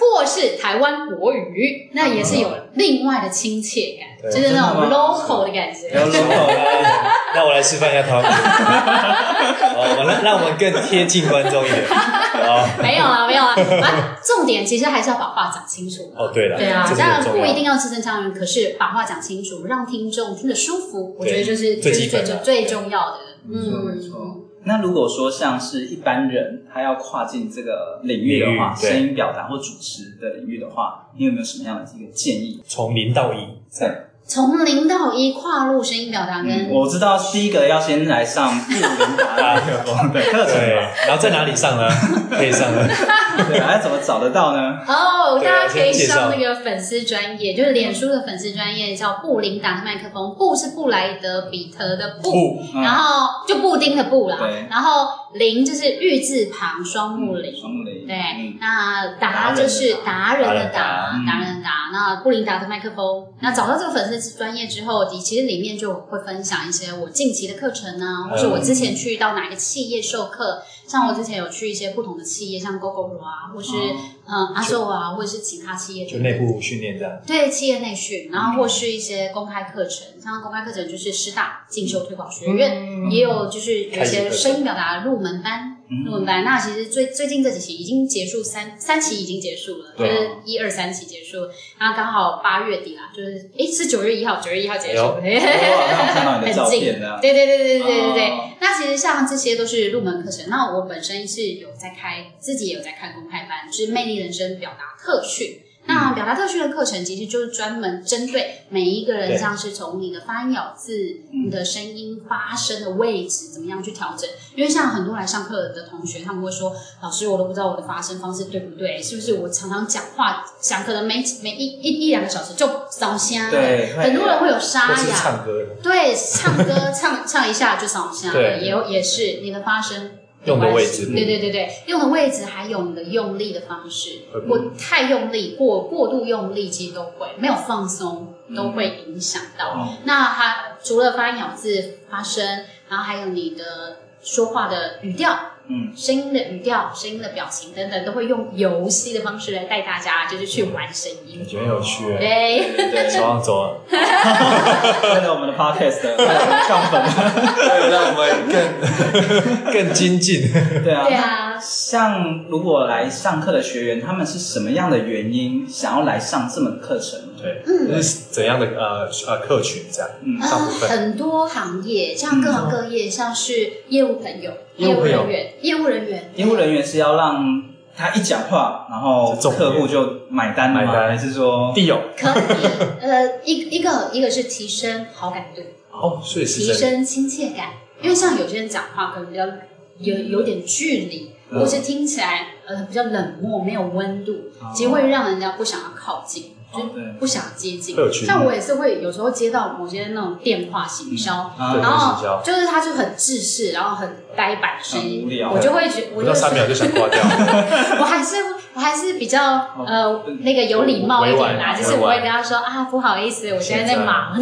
[SPEAKER 3] 或是台湾国语，那也是有另外的亲切感，
[SPEAKER 2] 对
[SPEAKER 3] 就是那种
[SPEAKER 1] 真的吗
[SPEAKER 3] local 的感觉。
[SPEAKER 1] 然后
[SPEAKER 2] 好啦 那我来示范一下台湾 国语。哦，我让让我们更贴近观众一点。哦，
[SPEAKER 3] 没有啦，没有啦，啊，重点其实还是要把话讲清楚。
[SPEAKER 2] 哦，对了，
[SPEAKER 3] 对啊
[SPEAKER 2] 这，是
[SPEAKER 3] 当然
[SPEAKER 2] 很重
[SPEAKER 3] 不一定
[SPEAKER 2] 要。
[SPEAKER 3] 要字正腔圆，可是把话讲清楚，让听众听得舒服，我觉得
[SPEAKER 2] 对
[SPEAKER 3] 就是就
[SPEAKER 2] 最
[SPEAKER 3] 是
[SPEAKER 2] 基
[SPEAKER 3] 最
[SPEAKER 2] 本
[SPEAKER 3] 最
[SPEAKER 2] 的
[SPEAKER 3] 最重要的。
[SPEAKER 1] 没错没
[SPEAKER 3] 嗯，
[SPEAKER 1] 错。那如果说像是一般人，他要跨进这个领域的话，
[SPEAKER 2] 领域对
[SPEAKER 1] 声音表达或主持的领域的话，你有没有什么样的一个建议？
[SPEAKER 2] 从零到一，
[SPEAKER 1] 在
[SPEAKER 3] 从零到一跨入声音表达
[SPEAKER 2] 嗯
[SPEAKER 3] 跟
[SPEAKER 1] 我知道第一个要先来上布林达麦克风的课程
[SPEAKER 2] 对
[SPEAKER 1] 吧，，
[SPEAKER 2] 然后在哪里上 呢？可以上呢。
[SPEAKER 1] 对，还要怎么找得到呢？
[SPEAKER 3] 哦，
[SPEAKER 2] 对啊
[SPEAKER 3] 大家可以
[SPEAKER 2] 先介
[SPEAKER 3] 上
[SPEAKER 2] 绍
[SPEAKER 3] 那个粉丝专业，就是脸书的粉丝专业叫布林达的麦克风，布是布莱德比特的布，
[SPEAKER 2] 不，
[SPEAKER 1] 嗯
[SPEAKER 3] 然后就布丁的布啦
[SPEAKER 1] 对，
[SPEAKER 3] 然后林就是玉字旁双木林。
[SPEAKER 1] 双木林，
[SPEAKER 3] 对
[SPEAKER 1] 嗯，
[SPEAKER 3] 那达就是达人的达
[SPEAKER 1] 达人的达，
[SPEAKER 3] 达人的达。那布林达的麦克风，那找到这个粉丝专业之后，你其实里面就会分享一些我近期的课程啊，或者我之前去到哪个企业授课，像我之前有去一些不同的企业，像 GoGo 啊，或是
[SPEAKER 1] 哦
[SPEAKER 3] 嗯阿寿啊，或者是其他企业
[SPEAKER 2] 就
[SPEAKER 3] 等等
[SPEAKER 2] 内部训练这样。
[SPEAKER 3] 对企业内训，然后或是一些公开课程，像公开课程就是师大进修推广学院，也有就是有一些声音表达入门班，
[SPEAKER 1] 嗯
[SPEAKER 3] 入门班。那其实最最近这几期已经结束三三期已经结束了，就
[SPEAKER 1] 对
[SPEAKER 3] 是一二三期结束，然后刚好八月底啦，就是诶是九月一号，九月一号结束，嘿嘿嘿
[SPEAKER 1] 哇那我看到你的
[SPEAKER 3] 很
[SPEAKER 1] 照
[SPEAKER 3] 近
[SPEAKER 1] 片了，
[SPEAKER 3] 对对对对对对对对。
[SPEAKER 1] 哦
[SPEAKER 3] 那其实像这些都是入门课程，那我本身是有在开，自己也有在开公开班，就是魅力人生表达特训。
[SPEAKER 1] 嗯
[SPEAKER 3] 那表达特训的课程其实就是专门针对每一个人，
[SPEAKER 2] 对
[SPEAKER 3] 像是从你的发音咬字、
[SPEAKER 1] 嗯
[SPEAKER 3] 你的声音发声的位置怎么样去调整。因为像很多来上课的同学，他们会说：“老师，我都不知道我的发声方式对不对，是不是我常常讲话讲可能没没一一一两个小时就烧香了？”
[SPEAKER 1] 对，
[SPEAKER 3] 很多人会有沙
[SPEAKER 2] 或
[SPEAKER 3] 哑，
[SPEAKER 2] 是唱歌的
[SPEAKER 3] 对，唱歌唱唱一下就上下了，
[SPEAKER 2] 对
[SPEAKER 3] 也有也是你的发声
[SPEAKER 2] 用的位置
[SPEAKER 3] 有关系对对对对，用的位置还有你的用力的方式
[SPEAKER 2] 嗯，
[SPEAKER 3] 过太用力、过过度用力，其实都会没有放松，都会影响到。
[SPEAKER 2] 嗯
[SPEAKER 1] 哦
[SPEAKER 3] 那还除了发音咬字、发声，然后还有你的说话的语调，
[SPEAKER 1] 嗯，
[SPEAKER 3] 声音的语调、声音的表情等等，都会用游戏的方式来带大家，就是去玩声
[SPEAKER 2] 感
[SPEAKER 3] 音。
[SPEAKER 2] 觉很有趣耶。
[SPEAKER 3] 对。
[SPEAKER 1] 对对对，
[SPEAKER 2] 手上走了，
[SPEAKER 1] 看到我们的 podcast 的杠粉，
[SPEAKER 2] 让我们更 更精进。
[SPEAKER 1] 对啊，
[SPEAKER 3] 对啊，
[SPEAKER 1] 像如果来上课的学员，他们是什么样的原因想要来上这门课程？
[SPEAKER 2] 对，
[SPEAKER 3] 嗯
[SPEAKER 2] 这是怎样的呃呃客群这样？
[SPEAKER 1] 嗯
[SPEAKER 2] 大
[SPEAKER 3] 呃，
[SPEAKER 2] 部分
[SPEAKER 3] 很多行业，像各行各业，像是业务朋友、业
[SPEAKER 2] 嗯业
[SPEAKER 3] 务
[SPEAKER 2] 务朋友
[SPEAKER 3] 人员、业务人员、
[SPEAKER 1] 业务人员是要让他一讲话，然后
[SPEAKER 2] 是重点
[SPEAKER 1] 客户就买单吗？
[SPEAKER 2] 买单
[SPEAKER 1] 还是说
[SPEAKER 2] 地友
[SPEAKER 3] 可以，呃，一一个一个是提升好感度，
[SPEAKER 2] 哦，所以是
[SPEAKER 3] 提
[SPEAKER 2] 真的
[SPEAKER 3] 升亲切感，因为像有些人讲话可能比较有
[SPEAKER 2] 嗯
[SPEAKER 3] 有点距离，
[SPEAKER 1] 嗯
[SPEAKER 3] 或是听起来呃比较冷漠，没有温度，
[SPEAKER 2] 哦
[SPEAKER 3] 其实会让人家不想要靠近，就
[SPEAKER 1] 哦
[SPEAKER 3] 是
[SPEAKER 1] 对
[SPEAKER 3] 不想接近
[SPEAKER 2] 会有距。离
[SPEAKER 3] 像我也是会有时候接到某些那种电话行销，
[SPEAKER 1] 啊
[SPEAKER 2] 对
[SPEAKER 3] 然
[SPEAKER 2] 很
[SPEAKER 3] 后
[SPEAKER 2] 形象
[SPEAKER 3] 就是他就很自视，然后很呆板声
[SPEAKER 1] 很无
[SPEAKER 3] 音，
[SPEAKER 1] 聊
[SPEAKER 3] 我就会觉我
[SPEAKER 2] 不
[SPEAKER 3] 就
[SPEAKER 2] 到
[SPEAKER 3] 是
[SPEAKER 2] 三秒就想挂掉。
[SPEAKER 3] 我还是我还是比较呃
[SPEAKER 1] 嗯
[SPEAKER 3] 那个有礼貌一点
[SPEAKER 2] 哦委
[SPEAKER 3] 啦，
[SPEAKER 2] 婉
[SPEAKER 3] 就是我
[SPEAKER 2] 委
[SPEAKER 3] 会
[SPEAKER 2] 婉
[SPEAKER 3] 跟他说啊不好意思，我现在在忙。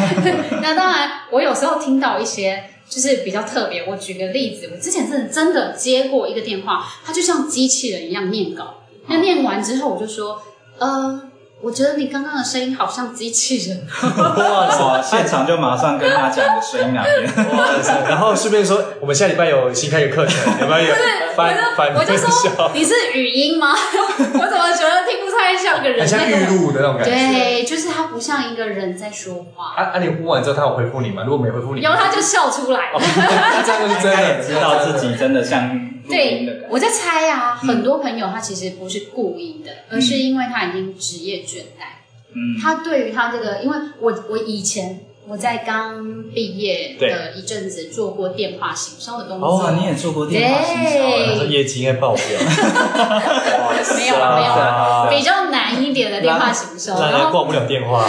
[SPEAKER 3] 那当然，我有时候听到一些就是比较特别，我举个例子，我之前真的真的接过一个电话，他就像机器人一样念稿，那念完之后我就说，呃，我觉得你刚刚的声音好像机器人。
[SPEAKER 1] 哇塞，啊现场就马上跟他讲你的声 音哪啊边？
[SPEAKER 2] 哇塞然后顺便说，我们下礼拜有新开一个课程，有没有有翻翻
[SPEAKER 3] 我就
[SPEAKER 2] 分
[SPEAKER 3] 说
[SPEAKER 2] 校，
[SPEAKER 3] 你是语音吗？ 我怎么觉得听不太像个人？
[SPEAKER 2] 很像预录的那种感觉。
[SPEAKER 3] 对，就是他不像一个人在说话，
[SPEAKER 2] 啊啊！你问完之后，他有回复你吗？如果没回复你，
[SPEAKER 3] 然后他就笑出来
[SPEAKER 2] 哦
[SPEAKER 3] 了。
[SPEAKER 2] 那这样就是真
[SPEAKER 1] 他
[SPEAKER 2] 的
[SPEAKER 1] 也知道自己真的像录音的
[SPEAKER 3] 对
[SPEAKER 1] 感，觉。
[SPEAKER 3] 我在猜啊，很多朋友他其实不是故意的，而是因为他已经职业倦怠。
[SPEAKER 1] 嗯，
[SPEAKER 3] 他对于他这个，因为我我以前。我在刚毕业的一阵子做过电话行销的工作。
[SPEAKER 1] 哦，你也做过电话行销
[SPEAKER 3] 对
[SPEAKER 1] 啊？
[SPEAKER 2] 那时候业绩应该爆表。哇塞
[SPEAKER 3] 没有没有
[SPEAKER 2] 哇塞
[SPEAKER 3] 比较难一点的电话行 销，
[SPEAKER 2] 让
[SPEAKER 3] 然
[SPEAKER 2] 人
[SPEAKER 3] 后
[SPEAKER 2] 挂不了电话。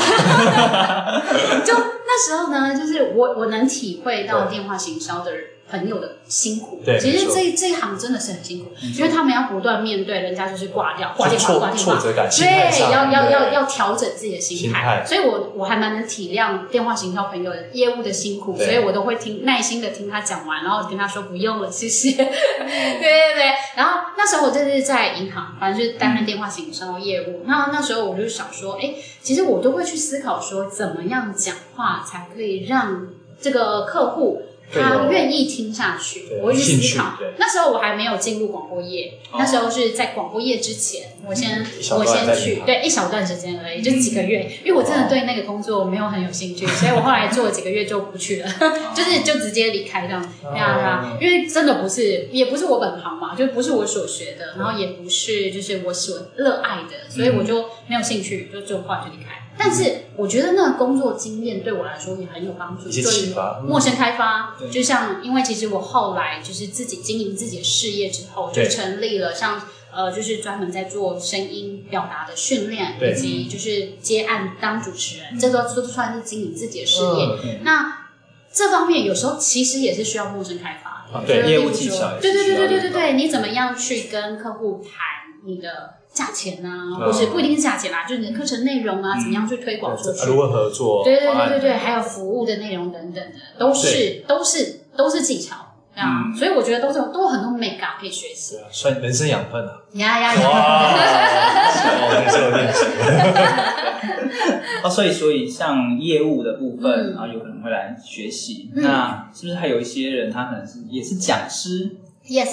[SPEAKER 3] 就那时候呢，就是我我能体会到电话行销的朋友的辛苦。
[SPEAKER 2] 对
[SPEAKER 3] 其实
[SPEAKER 2] 没错
[SPEAKER 3] 这这一行真的是很辛苦，
[SPEAKER 1] 嗯
[SPEAKER 3] 因为他们要不断面对人家就是挂掉、挂
[SPEAKER 2] 就
[SPEAKER 3] 电话、
[SPEAKER 2] 挫
[SPEAKER 3] 挂电
[SPEAKER 2] 挫
[SPEAKER 3] 话，
[SPEAKER 2] 折感，心态
[SPEAKER 3] 对，
[SPEAKER 2] 上
[SPEAKER 3] 要要
[SPEAKER 2] 对
[SPEAKER 3] 要要调整自己的心
[SPEAKER 2] 心
[SPEAKER 3] 态。
[SPEAKER 2] 态
[SPEAKER 3] 所以我我还蛮能体谅电话行销朋友的业务的辛苦，
[SPEAKER 2] 对
[SPEAKER 3] 所以我都会听耐心的听他讲完，然后跟他说不用了，谢谢。对对对。然后那时候我就是在银行，反正就是担任电话行销业务。那那时候我就想说，哎，其实我都会去思考说，怎么样讲话才可以让这个客户。
[SPEAKER 2] 对
[SPEAKER 3] 他
[SPEAKER 2] 哦
[SPEAKER 3] 愿意听下去，
[SPEAKER 2] 对
[SPEAKER 3] 我会去
[SPEAKER 2] 兴
[SPEAKER 3] 思
[SPEAKER 2] 趣
[SPEAKER 3] 考
[SPEAKER 2] 对。哦
[SPEAKER 3] 那时候我还没有进入广播业，那时候是在广播业之前，我先
[SPEAKER 2] 一小
[SPEAKER 3] 我
[SPEAKER 2] 段
[SPEAKER 3] 先
[SPEAKER 2] 在
[SPEAKER 3] 去
[SPEAKER 2] 银行
[SPEAKER 3] 对一小段时间而已，就几个
[SPEAKER 2] 嗯
[SPEAKER 3] 月，因为我真
[SPEAKER 2] 哦
[SPEAKER 3] 的对那个工作没有很有兴趣，所以我后来做了几个月就不去了，
[SPEAKER 2] 哦
[SPEAKER 3] 就是就直接离开这样，对啊对啊，因为真的不是也不是我本行嘛，就不是我所学的，然后也不是就是我所热爱的，所以
[SPEAKER 2] 嗯
[SPEAKER 3] 我就没有兴趣，就就后来就离开。但是我觉得那个工作经验对我来说也很有帮助，
[SPEAKER 2] 一些
[SPEAKER 3] 对于
[SPEAKER 2] 启发嗯
[SPEAKER 3] 陌生开发
[SPEAKER 1] 对，
[SPEAKER 3] 就像因为其实我后来就是自己经营自己的事业之后，就
[SPEAKER 2] 对
[SPEAKER 3] 成立了像呃，就是专门在做声音表达的训练，
[SPEAKER 2] 对
[SPEAKER 3] 以及就是接案当主持人，这都都算是经营自己的事业。
[SPEAKER 2] 嗯
[SPEAKER 3] 那这方面有时候其实也是需要陌生开发的，
[SPEAKER 2] 啊
[SPEAKER 3] 就是
[SPEAKER 2] 对
[SPEAKER 3] 例如
[SPEAKER 1] 业务技
[SPEAKER 3] 说
[SPEAKER 1] 巧也
[SPEAKER 3] 对
[SPEAKER 1] 是
[SPEAKER 3] 对对
[SPEAKER 1] 需要
[SPEAKER 3] 对对
[SPEAKER 1] 练
[SPEAKER 3] 对
[SPEAKER 1] 到
[SPEAKER 3] 对，你怎么样去跟客户谈你的价钱啊，或是不一定是价钱啦，就是你的课程内容啊，怎么样去推广出
[SPEAKER 2] 对
[SPEAKER 3] 去
[SPEAKER 2] 呃这？如何合作？
[SPEAKER 3] 对对
[SPEAKER 2] 方
[SPEAKER 3] 对
[SPEAKER 2] 案
[SPEAKER 3] 对对，还有服务的内容等等的，都是都是都是技巧啊，所以我觉得都是都有很多美感可以学习。
[SPEAKER 2] 对啊算人生养分啊！
[SPEAKER 3] 呀呀呀！
[SPEAKER 2] 哇，哦，这是有练习。
[SPEAKER 1] 哦，所以所以像业务的部分，
[SPEAKER 3] 嗯
[SPEAKER 1] 然后有可能会来学习。
[SPEAKER 3] 嗯
[SPEAKER 1] 那是不是还有一些人，他可能是也是讲师，
[SPEAKER 3] Yes，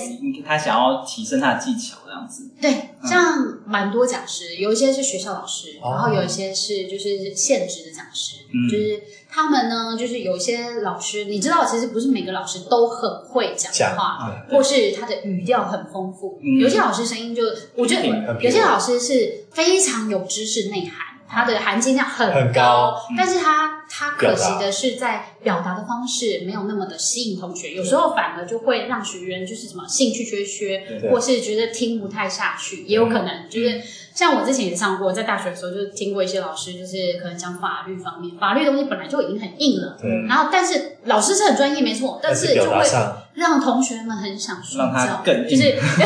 [SPEAKER 1] 他想要提升他的技巧这样子？
[SPEAKER 3] 对，像蛮多讲师，有一些是学校老师，
[SPEAKER 2] 嗯哦
[SPEAKER 3] 然后有一些是就是现职的讲师，
[SPEAKER 1] 嗯
[SPEAKER 3] 就是他们呢，就是有一些老师，你知道，其实不是每个老师都很会讲
[SPEAKER 2] 讲
[SPEAKER 3] 话，
[SPEAKER 1] 啊，
[SPEAKER 3] 或是他的语调很丰富。
[SPEAKER 1] 嗯
[SPEAKER 3] 有些老师声音就，我觉得
[SPEAKER 1] 很平
[SPEAKER 2] 很平
[SPEAKER 3] 有些老师是非常有知识内涵，他的含金量很
[SPEAKER 2] 很高嗯
[SPEAKER 3] 但是他他可
[SPEAKER 2] 表达
[SPEAKER 3] 惜的是在表达的方式没有那么的吸引同学，有时候反而就会让学员就是什么兴趣缺缺，
[SPEAKER 2] 对嗯
[SPEAKER 3] 或是觉得听不太下去，也有可能就是。像我之前也上过，在大学的时候就听过一些老师，就是可能讲法律方面，法律东西本来就已经很硬了，
[SPEAKER 2] 对
[SPEAKER 3] 然后但是老师是很专业没错，但是
[SPEAKER 2] 表
[SPEAKER 3] 就
[SPEAKER 2] 达
[SPEAKER 3] 会
[SPEAKER 2] 上，
[SPEAKER 3] 让同学们很想睡
[SPEAKER 1] 让他
[SPEAKER 3] 觉，
[SPEAKER 1] 更硬
[SPEAKER 3] 就是 就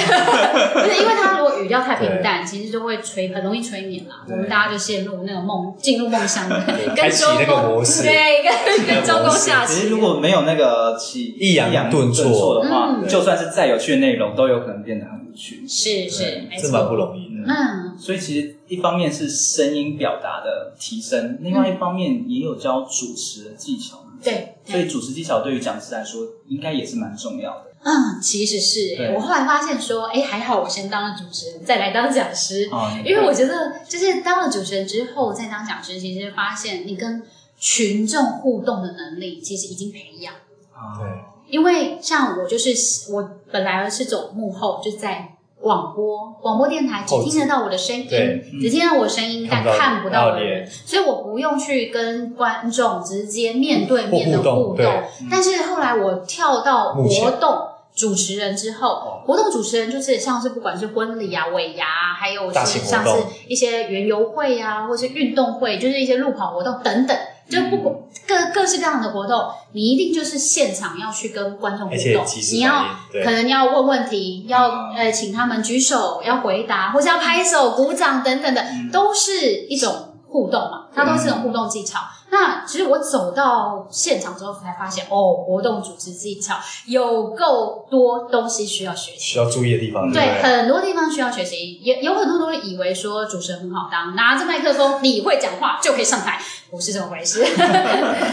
[SPEAKER 3] 是因为他如果语调太平淡，其实就会催很容易催眠啦。我们大家就陷入那个梦，进入梦 乡了，
[SPEAKER 2] 开
[SPEAKER 3] 跟
[SPEAKER 2] 启
[SPEAKER 3] 周
[SPEAKER 2] 那个模
[SPEAKER 3] 公
[SPEAKER 2] 式
[SPEAKER 3] 对，跟跟周公下
[SPEAKER 1] 其实
[SPEAKER 3] 棋。
[SPEAKER 1] 如果没有那个起
[SPEAKER 2] 抑扬顿挫
[SPEAKER 1] 的话，
[SPEAKER 3] 嗯
[SPEAKER 1] 就算是再有趣的内容，都有可能变得很无趣。
[SPEAKER 3] 是是
[SPEAKER 2] 对，
[SPEAKER 3] 没
[SPEAKER 2] 这蛮不
[SPEAKER 3] 错，
[SPEAKER 2] 容易的。
[SPEAKER 3] 嗯，
[SPEAKER 1] 所以其实一方面是声音表达的提升，另外一方面也有教主持的技巧。
[SPEAKER 3] 对，
[SPEAKER 1] 所以主持技巧对于讲师来说，应该也是蛮重要的。
[SPEAKER 3] 嗯，其实是欸
[SPEAKER 1] 对
[SPEAKER 3] 我后来发现说，哎，还好我先当了主持人，再来当讲师，
[SPEAKER 2] 哦
[SPEAKER 1] 啊，
[SPEAKER 3] 嗯因为我觉得，就是当了主持人之后，再当讲师，其实发现你跟群众互动的能力，其实已经培养。
[SPEAKER 1] 啊，
[SPEAKER 3] 嗯
[SPEAKER 2] 对，
[SPEAKER 3] 因为像我就是我本来是走幕后，就在广播广播电台，只
[SPEAKER 2] 后置
[SPEAKER 3] 听得到我的声音
[SPEAKER 2] 对，
[SPEAKER 1] 嗯
[SPEAKER 3] 只听到我的声音，但
[SPEAKER 2] 看不到
[SPEAKER 3] 看不到我的
[SPEAKER 2] 脸
[SPEAKER 3] 人，所以我不用去跟观众直接面对面的
[SPEAKER 2] 或互动
[SPEAKER 3] 互
[SPEAKER 2] 对嗯
[SPEAKER 3] 动。但是后来我跳到
[SPEAKER 2] 目前
[SPEAKER 3] 活动。主持人之
[SPEAKER 2] 哦
[SPEAKER 3] 后，活动主持人就是像是不管是婚礼啊、尾牙啊、还有
[SPEAKER 2] 大
[SPEAKER 3] 是
[SPEAKER 2] 型活
[SPEAKER 3] 像是
[SPEAKER 2] 动
[SPEAKER 3] 一些园游会啊，或是运动会，就是一些路跑活动等等，就不管各各式各样的活动，你一定就是现场要去跟观众互
[SPEAKER 2] 而且
[SPEAKER 3] 动
[SPEAKER 2] 及，时
[SPEAKER 3] 你
[SPEAKER 2] 反
[SPEAKER 3] 要
[SPEAKER 2] 应，
[SPEAKER 3] 可
[SPEAKER 2] 对，
[SPEAKER 3] 能要问问题，要
[SPEAKER 1] 嗯
[SPEAKER 3] 呃请他们举手，要回答，或是要拍手、鼓掌等等的，
[SPEAKER 1] 嗯
[SPEAKER 3] 都是一种互动嘛，它都是一种互动技巧。
[SPEAKER 2] 嗯
[SPEAKER 3] 那其实我走到现场之后才发现，哦，活动组织技巧有够多东西需要学习。
[SPEAKER 2] 需要注意的地方，
[SPEAKER 3] 对，
[SPEAKER 2] 不对？
[SPEAKER 3] 很多地方需要学习，也有很多都以为说主持人很好当，拿着麦克风你会讲话就可以上台，不是这么回 事。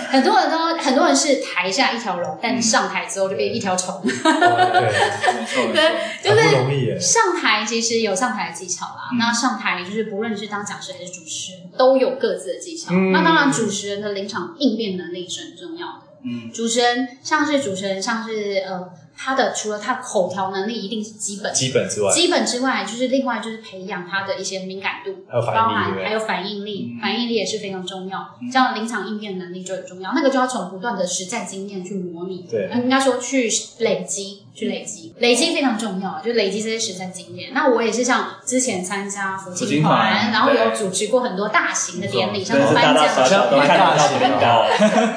[SPEAKER 3] 很多人都很多人是台下一条龙，但上台之后就变一条 虫。
[SPEAKER 2] 对，
[SPEAKER 1] 没错 没错，
[SPEAKER 3] 就是
[SPEAKER 2] 很不容易耶。
[SPEAKER 3] 上台其实有上台的技巧啦，那上台就是不论是当讲师还是主持人，都有各自的技巧。
[SPEAKER 2] 嗯
[SPEAKER 3] 那当然，主持人的临场应变能力是很重要的。
[SPEAKER 1] 嗯
[SPEAKER 3] 主持人像是主持人，像是呃，他的除了他口条能力一定是基本，
[SPEAKER 2] 基本之外，
[SPEAKER 3] 基本之外，就是另外就是培养他的一些敏感度，
[SPEAKER 2] 还有反应力
[SPEAKER 3] 包含
[SPEAKER 2] 对不对
[SPEAKER 3] 还有反应力，
[SPEAKER 1] 嗯
[SPEAKER 3] 反应力也是非常重要。这样临场应变能力就很重要，那个就要从不断的实战经验去模拟，
[SPEAKER 2] 对
[SPEAKER 3] 呃应该说去累积，去累积，累积非常重要，就累积这些实战经验。那我也是像之前参加佛
[SPEAKER 1] 佛经
[SPEAKER 3] 经
[SPEAKER 1] 团
[SPEAKER 3] 团，然后有
[SPEAKER 1] 对
[SPEAKER 3] 主持过很多大型的典礼，像
[SPEAKER 1] 对
[SPEAKER 5] 是大
[SPEAKER 3] 颁
[SPEAKER 5] 大小
[SPEAKER 3] 奖
[SPEAKER 5] 小都看得到，看得到。
[SPEAKER 2] 哦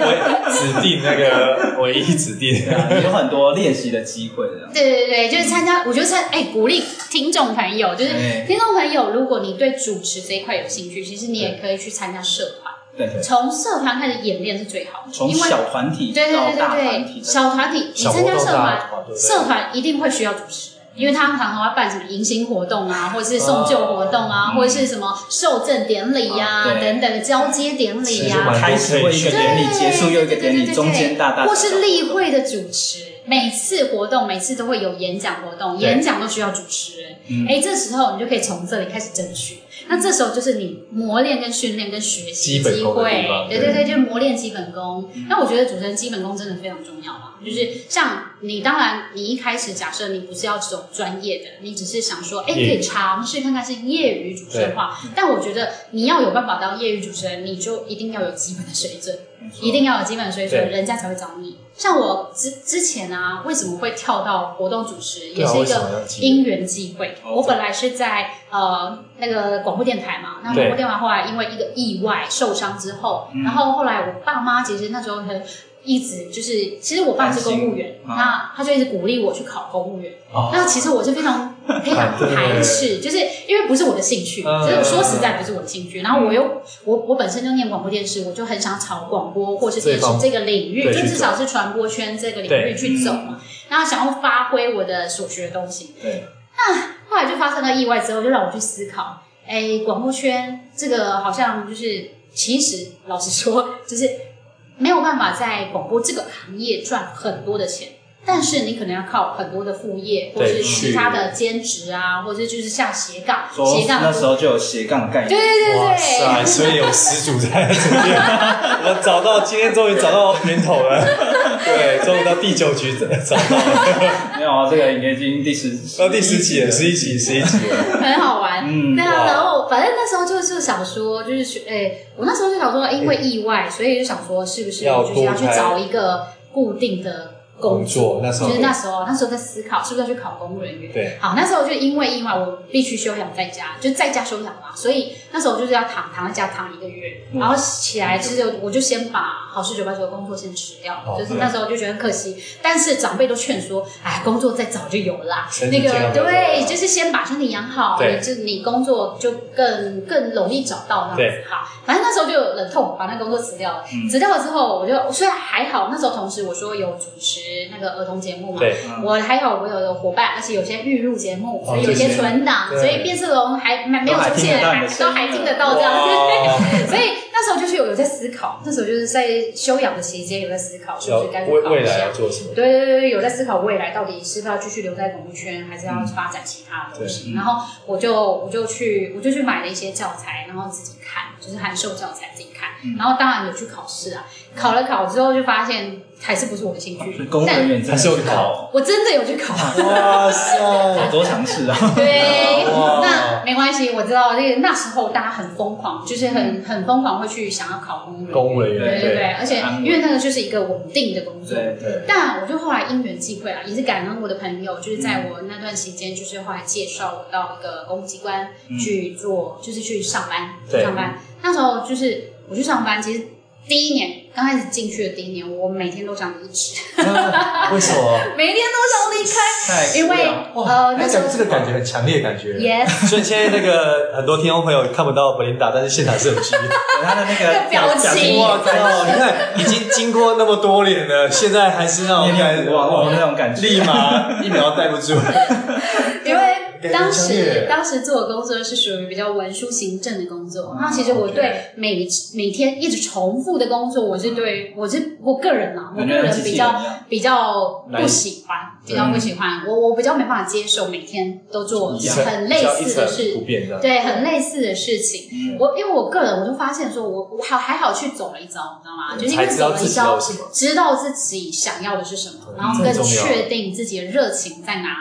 [SPEAKER 2] 我指定那个唯一指定，
[SPEAKER 1] 对啊有很多练习的机会的。
[SPEAKER 3] 对对对，就是参加，我觉得参哎、鼓励听众朋友，就是
[SPEAKER 1] 哎
[SPEAKER 3] 听众朋友，如果你对主持这一块有兴趣，其实你也可以去参加社团，
[SPEAKER 1] 对，
[SPEAKER 3] 从社团开始演练是最好的，
[SPEAKER 1] 从
[SPEAKER 3] 因为
[SPEAKER 1] 小团体
[SPEAKER 3] 对对
[SPEAKER 1] 到
[SPEAKER 3] 对
[SPEAKER 1] 大
[SPEAKER 3] 对
[SPEAKER 1] 团体
[SPEAKER 3] 对，，小团体你
[SPEAKER 2] 小
[SPEAKER 3] 参
[SPEAKER 2] 活
[SPEAKER 3] 加
[SPEAKER 2] 动
[SPEAKER 3] 社
[SPEAKER 2] 大
[SPEAKER 3] 团
[SPEAKER 2] 家，团，对不对？
[SPEAKER 3] 社团一定会需要主持人，因为他们常常要办什么迎新活动啊，或者是送旧活动啊，
[SPEAKER 1] 嗯
[SPEAKER 3] 或者是什么受赠典礼呀、
[SPEAKER 1] 啊对
[SPEAKER 3] 等等的交接典礼啊呀、
[SPEAKER 2] 蛮多
[SPEAKER 1] 开始会一个典礼，
[SPEAKER 3] 对
[SPEAKER 1] 结束又一个典
[SPEAKER 3] 对对对对
[SPEAKER 1] 礼，
[SPEAKER 3] 对
[SPEAKER 1] 中间大大小小
[SPEAKER 3] 或是例会的主持，每次活动每次都会有演讲活动，
[SPEAKER 2] 对
[SPEAKER 3] 演讲都需要主持人。
[SPEAKER 1] 嗯
[SPEAKER 3] 哎、这时候你就可以从这里开始争取。那这时候就是你磨练跟训练跟学习
[SPEAKER 2] 基本
[SPEAKER 3] 机
[SPEAKER 2] 功的
[SPEAKER 3] 会
[SPEAKER 2] 地方，
[SPEAKER 3] 对对对，就是磨练基本功。
[SPEAKER 1] 嗯
[SPEAKER 3] 那我觉得主持人基本功真的非常重要啦，就是像你，当然你一开始假设你不是要走专业的，你只是想说，哎，可
[SPEAKER 2] 业余
[SPEAKER 3] 以尝试看看是业余主持的话，
[SPEAKER 1] 嗯
[SPEAKER 3] 但我觉得你要有办法当业余主持人，你就一定要有基本的水准。一定要有基本水准，
[SPEAKER 2] 对
[SPEAKER 3] 人家才会找你。像我之之前啊，为什么会跳到活动主持，
[SPEAKER 2] 对
[SPEAKER 3] 也
[SPEAKER 2] 啊
[SPEAKER 3] 是一
[SPEAKER 2] 为什么要
[SPEAKER 3] 个
[SPEAKER 2] 记
[SPEAKER 3] 因缘际会。
[SPEAKER 1] 哦
[SPEAKER 3] 我本来是在呃那个广播电台嘛，那
[SPEAKER 2] 对嗯
[SPEAKER 3] 广播电台后来因为一个意外受伤之后，然后后来我爸妈其实那时候很。一直就是，其实我爸是公务员，
[SPEAKER 1] 担心
[SPEAKER 3] 那他就一直鼓励我去考公务员。
[SPEAKER 2] 啊哦
[SPEAKER 3] 那其实我是非常非常 排斥，就是因为不是我的兴趣，
[SPEAKER 2] 嗯
[SPEAKER 3] 就是说实在不是我的兴趣。然后我又我我本身就念广播电视，我就很想朝广播或是电视
[SPEAKER 2] 这一方
[SPEAKER 3] 这个领域，
[SPEAKER 2] 对
[SPEAKER 3] 就
[SPEAKER 2] 去
[SPEAKER 3] 至少是传播圈这个领
[SPEAKER 2] 对
[SPEAKER 3] 域去走嘛。然后想要发挥我的所学的东西。
[SPEAKER 1] 对，
[SPEAKER 3] 后来就发生了意外之后，就让我去思考，哎，广播圈这个好像就是，其实老实说，就是没有办法在广播这个行业赚很多的钱。但是你可能要靠很多的副业，或
[SPEAKER 2] 对
[SPEAKER 3] 是其他
[SPEAKER 2] 去
[SPEAKER 3] 的兼职啊，或者就是像斜杠，
[SPEAKER 1] 说
[SPEAKER 3] 斜杠
[SPEAKER 1] 那时候就有斜杠概
[SPEAKER 3] 对
[SPEAKER 1] 念，
[SPEAKER 3] 对对
[SPEAKER 2] 哇
[SPEAKER 3] 对，
[SPEAKER 2] 塞，所以有始祖在这 边，我找到今天终于找到源头了，对，终于到第九局找到了，
[SPEAKER 1] 没有啊，这个已经第十，
[SPEAKER 2] 到哦第十集了，十一集，十一集了，
[SPEAKER 3] 很好玩。
[SPEAKER 1] 嗯
[SPEAKER 3] 对啊，
[SPEAKER 2] 哇
[SPEAKER 3] 然后反正那时候就就想说，就是学，哎、我那时候就想说，因为意外，所以就想说，是不是
[SPEAKER 2] 要
[SPEAKER 3] 就是要去
[SPEAKER 2] 多开
[SPEAKER 3] 找一个固定的工
[SPEAKER 2] 工作那时候
[SPEAKER 3] 就是那时候，那时候在思考是不是要去考公务人员。
[SPEAKER 2] 对，
[SPEAKER 3] 好，那时候就因为意外，我必须休养在家，就在家休养嘛，所以那时候就是要躺躺在家躺一个月，
[SPEAKER 2] 嗯
[SPEAKER 3] 然后起来就是我就先把好事酒吧所有工作先辞掉，
[SPEAKER 2] 哦
[SPEAKER 3] 就是那时候就觉得很可惜，但是长辈都劝说，哎，工作再找就有啦，
[SPEAKER 2] 身
[SPEAKER 3] 那
[SPEAKER 2] 体健
[SPEAKER 3] 个
[SPEAKER 2] 康比较重
[SPEAKER 3] 对，
[SPEAKER 2] 要
[SPEAKER 3] 就是先把身体养好，
[SPEAKER 2] 啊对
[SPEAKER 3] 你就你工作就更更容易找到这样子
[SPEAKER 2] 对
[SPEAKER 3] 哈。反正那时候就有忍痛把那工作辞掉了，
[SPEAKER 1] 嗯
[SPEAKER 3] 辞掉了之后，我就虽然还好，那时候同时我说有主持那个儿童节目嘛，
[SPEAKER 2] 对，
[SPEAKER 1] 嗯
[SPEAKER 3] 我还好，我有的伙伴，而且有些预录节目，所以有一
[SPEAKER 2] 这
[SPEAKER 3] 些
[SPEAKER 2] 些
[SPEAKER 3] 存档，
[SPEAKER 2] 对
[SPEAKER 3] 所以变色龙还没没有
[SPEAKER 1] 都还
[SPEAKER 3] 出现，
[SPEAKER 1] 听得到你
[SPEAKER 3] 还
[SPEAKER 1] 的
[SPEAKER 3] 都还
[SPEAKER 1] 声音
[SPEAKER 3] 听得到这样子。
[SPEAKER 2] 哇
[SPEAKER 3] 所以那时候就是有有在思考，那时候就是在休养的期间有在思考，是
[SPEAKER 2] 要
[SPEAKER 3] 不是该去
[SPEAKER 2] 未
[SPEAKER 3] 考
[SPEAKER 2] 未
[SPEAKER 3] 一
[SPEAKER 2] 来
[SPEAKER 3] 下
[SPEAKER 2] 要？做什么？
[SPEAKER 3] 对对对对，有在思考未来到底是不是要继续留在广播圈，还是要发展其他的东西。
[SPEAKER 1] 对嗯
[SPEAKER 3] 然后我就我就去我就去买了一些教材，然后自己看，就是函授教材自己看。然后当然有去考试啊，嗯考了考之后就发现还是不是我的兴
[SPEAKER 1] 是
[SPEAKER 3] 趣。
[SPEAKER 1] 公务人员真的
[SPEAKER 2] 还是有
[SPEAKER 1] 考，
[SPEAKER 2] 考
[SPEAKER 3] 我真的有去考，
[SPEAKER 2] 哇
[SPEAKER 1] 好
[SPEAKER 2] 塞，
[SPEAKER 1] 多尝试
[SPEAKER 2] 哦
[SPEAKER 1] 啊，
[SPEAKER 3] 对，
[SPEAKER 2] 哇
[SPEAKER 3] 那没关系，我知道那个那时候大家很疯狂，就是很很疯狂会去想要考公务员，
[SPEAKER 2] 公务人
[SPEAKER 3] 对
[SPEAKER 2] 员，
[SPEAKER 3] 对
[SPEAKER 2] 对
[SPEAKER 3] 对，而且
[SPEAKER 1] 安稳
[SPEAKER 3] 因为那个就是一个稳定的工作。
[SPEAKER 1] 对
[SPEAKER 2] 对，
[SPEAKER 3] 但我就后来因缘际会啊，也是感恩我的朋友，就是在我那段期间，就是后来介绍我到一个公务机关去做，就是去上班，
[SPEAKER 2] 嗯对
[SPEAKER 3] 上班。那时候就是我去上班，其实第一年刚开始进去的第一年，我每天都想离职，
[SPEAKER 2] 为什么？
[SPEAKER 3] 每天都想离开，
[SPEAKER 1] 太
[SPEAKER 3] 因为呃那时候
[SPEAKER 2] 这个感觉很强烈，感觉。
[SPEAKER 3] yes
[SPEAKER 2] 所以现在那个很多听众朋友看不到布琳达，但是现场是有 机的。
[SPEAKER 1] 有他的那
[SPEAKER 3] 那
[SPEAKER 1] 个
[SPEAKER 3] 个表情
[SPEAKER 2] 哇 靠！你看，已经经过那么多年了，现在还是那种
[SPEAKER 1] 念念不忘
[SPEAKER 2] 哇
[SPEAKER 1] 那种感觉，
[SPEAKER 2] 立马一秒带不住。
[SPEAKER 3] 因为
[SPEAKER 2] 感觉
[SPEAKER 3] 当
[SPEAKER 2] 强烈
[SPEAKER 3] 时当时做的工作是属于比较文书行政的工作，
[SPEAKER 1] 嗯
[SPEAKER 3] 那其实我
[SPEAKER 2] OK
[SPEAKER 3] 对每每天一直重复的工作，我是对我是我个人啊，我
[SPEAKER 1] 感
[SPEAKER 3] 个
[SPEAKER 1] 觉像
[SPEAKER 3] 人
[SPEAKER 1] 机器人
[SPEAKER 3] 比
[SPEAKER 1] 一
[SPEAKER 3] 较
[SPEAKER 1] 样。
[SPEAKER 3] 比较
[SPEAKER 1] 来
[SPEAKER 3] 不喜欢，比
[SPEAKER 2] 对
[SPEAKER 3] 较不喜欢，我我比较没办法接受每天都做
[SPEAKER 2] 一层
[SPEAKER 3] 很类似的
[SPEAKER 2] 一层不
[SPEAKER 3] 事，
[SPEAKER 2] 变这样。
[SPEAKER 3] 对，很类似的事情。
[SPEAKER 1] 嗯
[SPEAKER 3] 我因为我个人，我就发现说我，我还还好去走了一遭，你知道吗？就是因
[SPEAKER 2] 才
[SPEAKER 3] 为
[SPEAKER 2] 知
[SPEAKER 3] 走
[SPEAKER 2] 道
[SPEAKER 3] 了
[SPEAKER 2] 自
[SPEAKER 3] 一
[SPEAKER 2] 己要
[SPEAKER 3] 遭，
[SPEAKER 2] 什么。
[SPEAKER 3] 知道自己想要的是什么，
[SPEAKER 2] 对
[SPEAKER 3] 然后
[SPEAKER 2] 这
[SPEAKER 3] 更
[SPEAKER 2] 很重要
[SPEAKER 3] 确定自己的热情在哪里。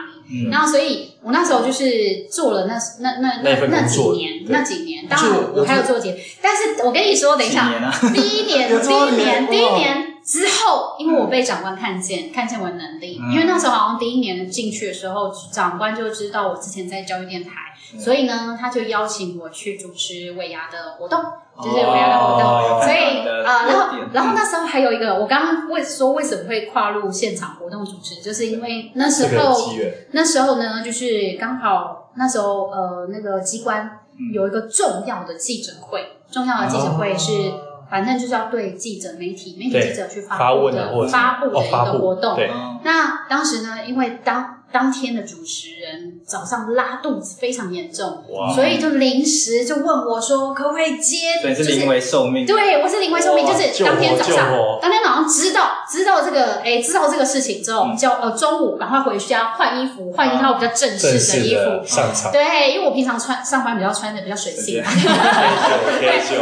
[SPEAKER 1] 嗯，
[SPEAKER 3] 然后，所以我那时候就是做了那那那
[SPEAKER 2] 那一份工
[SPEAKER 3] 几
[SPEAKER 2] 作
[SPEAKER 3] 年
[SPEAKER 2] 对
[SPEAKER 3] 那几年，当然
[SPEAKER 2] 就有
[SPEAKER 3] 我还有做节，但是我跟你说，等一
[SPEAKER 1] 几
[SPEAKER 3] 下，
[SPEAKER 1] 年啊，
[SPEAKER 3] 第一年，
[SPEAKER 2] 有
[SPEAKER 3] 第
[SPEAKER 2] 道
[SPEAKER 3] 一
[SPEAKER 2] 理
[SPEAKER 3] 年，
[SPEAKER 2] 哇
[SPEAKER 3] 第一年之后，因为我被长官看见，看见我的能力，
[SPEAKER 1] 嗯
[SPEAKER 3] 因为那时候好像第一年进去的时候，长官就知道我之前在教育电台，
[SPEAKER 1] 嗯
[SPEAKER 3] 所以呢，他就邀请我去主持尾牙的活动，就是尾牙的活动。
[SPEAKER 2] 哦
[SPEAKER 3] 所以啊、然后
[SPEAKER 1] 有点
[SPEAKER 3] 然后那时候还有一个，我刚刚为说为什么会跨入现场活动主持，就是因为那时
[SPEAKER 2] 这个
[SPEAKER 3] 候
[SPEAKER 2] 机缘，
[SPEAKER 3] 那时候呢，就是刚好那时候呃那个机关
[SPEAKER 1] 嗯
[SPEAKER 3] 有一个重要的记者会，重要的记者会是
[SPEAKER 2] 哦
[SPEAKER 3] 反正就是要对记者、媒体、媒体
[SPEAKER 2] 对
[SPEAKER 3] 记者去
[SPEAKER 2] 发
[SPEAKER 3] 发布
[SPEAKER 2] 问啊
[SPEAKER 3] 的
[SPEAKER 2] 或者是
[SPEAKER 3] 发布的
[SPEAKER 2] 哦
[SPEAKER 3] 一
[SPEAKER 2] 发布
[SPEAKER 3] 个活动。
[SPEAKER 2] 对
[SPEAKER 1] 哦
[SPEAKER 3] 那当时呢，因为当当天的主持人早上拉肚子非常严重，
[SPEAKER 2] 哇，
[SPEAKER 3] 所以就临时就问我说，可不可以接？
[SPEAKER 1] 所以
[SPEAKER 3] 就是
[SPEAKER 1] 临危受命。
[SPEAKER 3] 对，我是临危受命，
[SPEAKER 2] 哇
[SPEAKER 3] 就是当天早
[SPEAKER 2] 救火
[SPEAKER 3] 上
[SPEAKER 2] 救火，
[SPEAKER 3] 当天早上知道知道这个，哎，知道这个事情之后，
[SPEAKER 1] 嗯
[SPEAKER 3] 就呃中午赶快回家换衣服，换一套比较正式
[SPEAKER 2] 正
[SPEAKER 3] 的
[SPEAKER 2] 式
[SPEAKER 3] 衣
[SPEAKER 2] 的
[SPEAKER 3] 服。
[SPEAKER 2] 上场，
[SPEAKER 3] 对，因为我平常穿上班比较穿的比较随性，
[SPEAKER 2] 对
[SPEAKER 3] 对，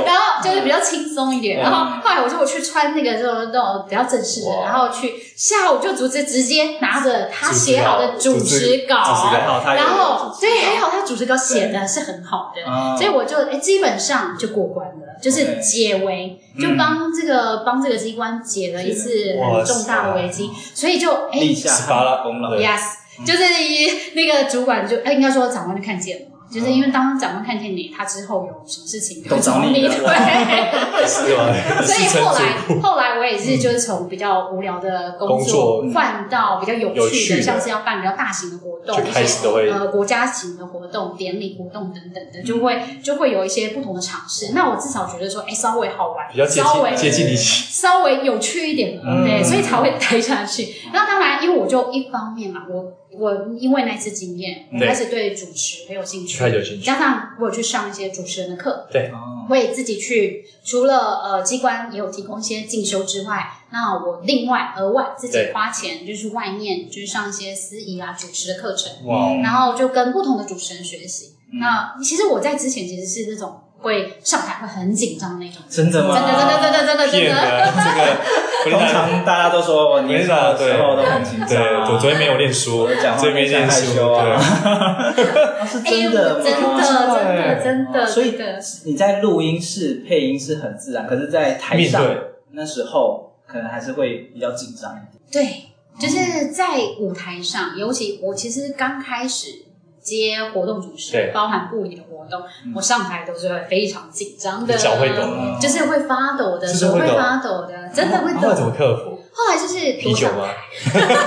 [SPEAKER 3] 然后就是比较轻松一
[SPEAKER 1] 嗯
[SPEAKER 3] 点。然后后来我就我去穿那个这种那种比较正式的，
[SPEAKER 2] 哇
[SPEAKER 3] 然后去下午就直接直接拿着他写好的主持
[SPEAKER 2] 主
[SPEAKER 1] 还
[SPEAKER 2] 持
[SPEAKER 3] 稿，
[SPEAKER 1] 好他有
[SPEAKER 3] 然后
[SPEAKER 1] 主持
[SPEAKER 3] 对，还好他主持稿写的是很好的，
[SPEAKER 1] 啊
[SPEAKER 3] 所以我就哎基本上就过关了，就是解围，
[SPEAKER 1] 嗯
[SPEAKER 3] 就帮这个帮这个机关解了一次很重大的危机，所以就哎
[SPEAKER 1] 立嗯下
[SPEAKER 2] 斯巴拉
[SPEAKER 1] 功劳
[SPEAKER 2] 对
[SPEAKER 3] yes，就是一那个主管就哎应该说长官就看见了。就是因为当长官看见你，他之后有什么事情
[SPEAKER 1] 嗯都找你
[SPEAKER 3] 你，
[SPEAKER 1] 的
[SPEAKER 3] 对，
[SPEAKER 2] 是吧？
[SPEAKER 3] 所以后
[SPEAKER 2] 是
[SPEAKER 3] 来后来我也是就是从比较无聊的工作
[SPEAKER 2] 嗯工作嗯
[SPEAKER 3] 换到比较有
[SPEAKER 2] 有
[SPEAKER 3] 趣
[SPEAKER 2] 趣
[SPEAKER 3] 的，
[SPEAKER 2] 的
[SPEAKER 3] 像是要办比较大型的活动，
[SPEAKER 2] 就
[SPEAKER 3] 一
[SPEAKER 2] 开
[SPEAKER 3] 些
[SPEAKER 2] 始都会嗯
[SPEAKER 3] 呃国家型的活动、典礼活动等等的，就会就会有一些不同的尝试。那我至少觉得说，哎，稍微好玩，
[SPEAKER 2] 比较接
[SPEAKER 3] 稍微
[SPEAKER 2] 近接近你喜
[SPEAKER 3] 稍微有趣一点的，
[SPEAKER 1] 嗯
[SPEAKER 3] 对，所以才会待下去。那当然，因为我就一方面嘛，我我因为那次经验，我
[SPEAKER 2] 对
[SPEAKER 3] 开始对主持很有兴趣
[SPEAKER 2] 开，始有兴趣，
[SPEAKER 3] 加上我有去上一些主持人的课，
[SPEAKER 1] 哦
[SPEAKER 3] 我也自己去，除了呃机关也有提供一些进修之外，那我另外额外自己
[SPEAKER 2] 对
[SPEAKER 3] 花钱就去外面就是上一些司仪啊主持的课程，
[SPEAKER 2] 哇，
[SPEAKER 1] 嗯
[SPEAKER 3] 然后就跟不同的主持人学习。
[SPEAKER 1] 嗯
[SPEAKER 3] 那其实我在之前其实是那种会上台会很紧张的那种，
[SPEAKER 1] 真的吗？
[SPEAKER 3] 真的真的真的真的嗯真
[SPEAKER 2] 骗
[SPEAKER 3] 的。
[SPEAKER 2] 的这个，不
[SPEAKER 1] 通
[SPEAKER 2] 是大
[SPEAKER 1] 常大家都说我年轻的时候都很紧张
[SPEAKER 2] 对，
[SPEAKER 1] 啊，
[SPEAKER 2] 我昨天没有练书，
[SPEAKER 1] 我讲话
[SPEAKER 2] 这边
[SPEAKER 1] 变
[SPEAKER 2] 练
[SPEAKER 1] 害
[SPEAKER 2] 书，
[SPEAKER 1] 羞
[SPEAKER 2] 对
[SPEAKER 1] 啊，哦是
[SPEAKER 3] 哎呦，
[SPEAKER 1] 真的吗？
[SPEAKER 3] 真的真的真的，
[SPEAKER 1] 所以
[SPEAKER 3] 真的
[SPEAKER 1] 你在录音室配音是很自然，可是，在台上
[SPEAKER 2] 面
[SPEAKER 1] 那时候可能还是会比较紧张一点。
[SPEAKER 3] 对，就是在舞台上，尤其我其实刚开始接活动主持
[SPEAKER 2] 对，
[SPEAKER 3] 包含部里的活动
[SPEAKER 1] 嗯，
[SPEAKER 3] 我上台都是会非常紧张的，
[SPEAKER 2] 脚会抖吗？
[SPEAKER 3] 就是会发抖的，
[SPEAKER 2] 就是
[SPEAKER 3] 手
[SPEAKER 2] 会
[SPEAKER 3] 会
[SPEAKER 2] 抖
[SPEAKER 3] 发抖的，真的会
[SPEAKER 2] 后来怎
[SPEAKER 3] 抖。
[SPEAKER 2] 么克服？
[SPEAKER 3] 后来就是
[SPEAKER 2] 啤酒
[SPEAKER 3] 我
[SPEAKER 2] 吗？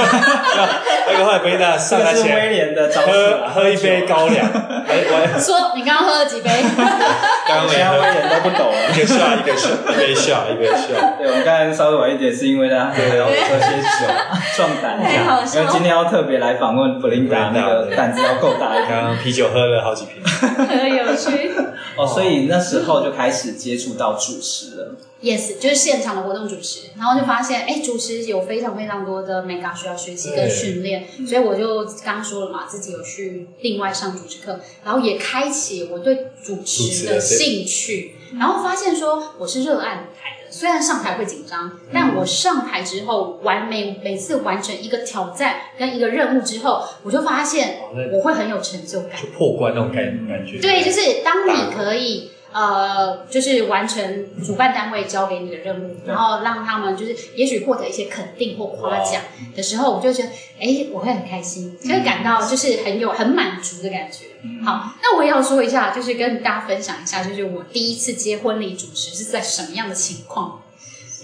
[SPEAKER 2] 那个后来不是大上
[SPEAKER 1] 这个
[SPEAKER 2] 台
[SPEAKER 1] 是
[SPEAKER 2] 前
[SPEAKER 1] 威廉的招式
[SPEAKER 2] 喝
[SPEAKER 1] 啊，
[SPEAKER 2] 喝一杯高 粱，哎，我
[SPEAKER 3] 说你刚刚喝了几杯？
[SPEAKER 2] 刚刚
[SPEAKER 1] 现
[SPEAKER 2] 没
[SPEAKER 1] 在
[SPEAKER 2] 喝，
[SPEAKER 1] 威廉都不抖了
[SPEAKER 2] 一。个笑一个笑，一个笑一个笑，
[SPEAKER 1] 对，我们刚才稍微晚一点，是因为他还要喝些酒，壮胆一
[SPEAKER 3] 太好笑
[SPEAKER 1] 下。因为今天要特别来访问布琳达，
[SPEAKER 2] Belinda，
[SPEAKER 1] 那个
[SPEAKER 2] 对
[SPEAKER 1] 胆子要够大一
[SPEAKER 2] 刚
[SPEAKER 1] 点
[SPEAKER 2] 刚啤酒喝了好几瓶，
[SPEAKER 3] 很有趣。
[SPEAKER 1] 哦。所以那时候就开始接触到主持了。
[SPEAKER 3] Yes，就是现场的活动主持，然后就发现，哎，主持有非常非常多的 mega 需要学习跟
[SPEAKER 2] 对
[SPEAKER 3] 训练，所以我就刚刚说了嘛，自己有去另外上主持课，然后也开启我对主持的
[SPEAKER 2] 主持的这
[SPEAKER 3] 兴趣，然后发现说我是热爱舞台的，虽然上台会紧张，但我上台之后完每每次完成一个挑战跟一个任务之后，我就发现
[SPEAKER 2] 哦那
[SPEAKER 3] 我会很有成就感。
[SPEAKER 2] 就破关那种感感觉，
[SPEAKER 3] 对，就是当
[SPEAKER 2] 大的
[SPEAKER 3] 你可以呃，就是完成主办单位交给你的任务，然后让他们就是也许获得一些肯定或夸奖的时候，我就觉得哎，我会很开心，就会感到就是很有很满足的感觉。
[SPEAKER 1] 嗯
[SPEAKER 3] 好，那我也要说一下，就是跟大家分享一下，就是我第一次接婚礼主持是在什么样的情况？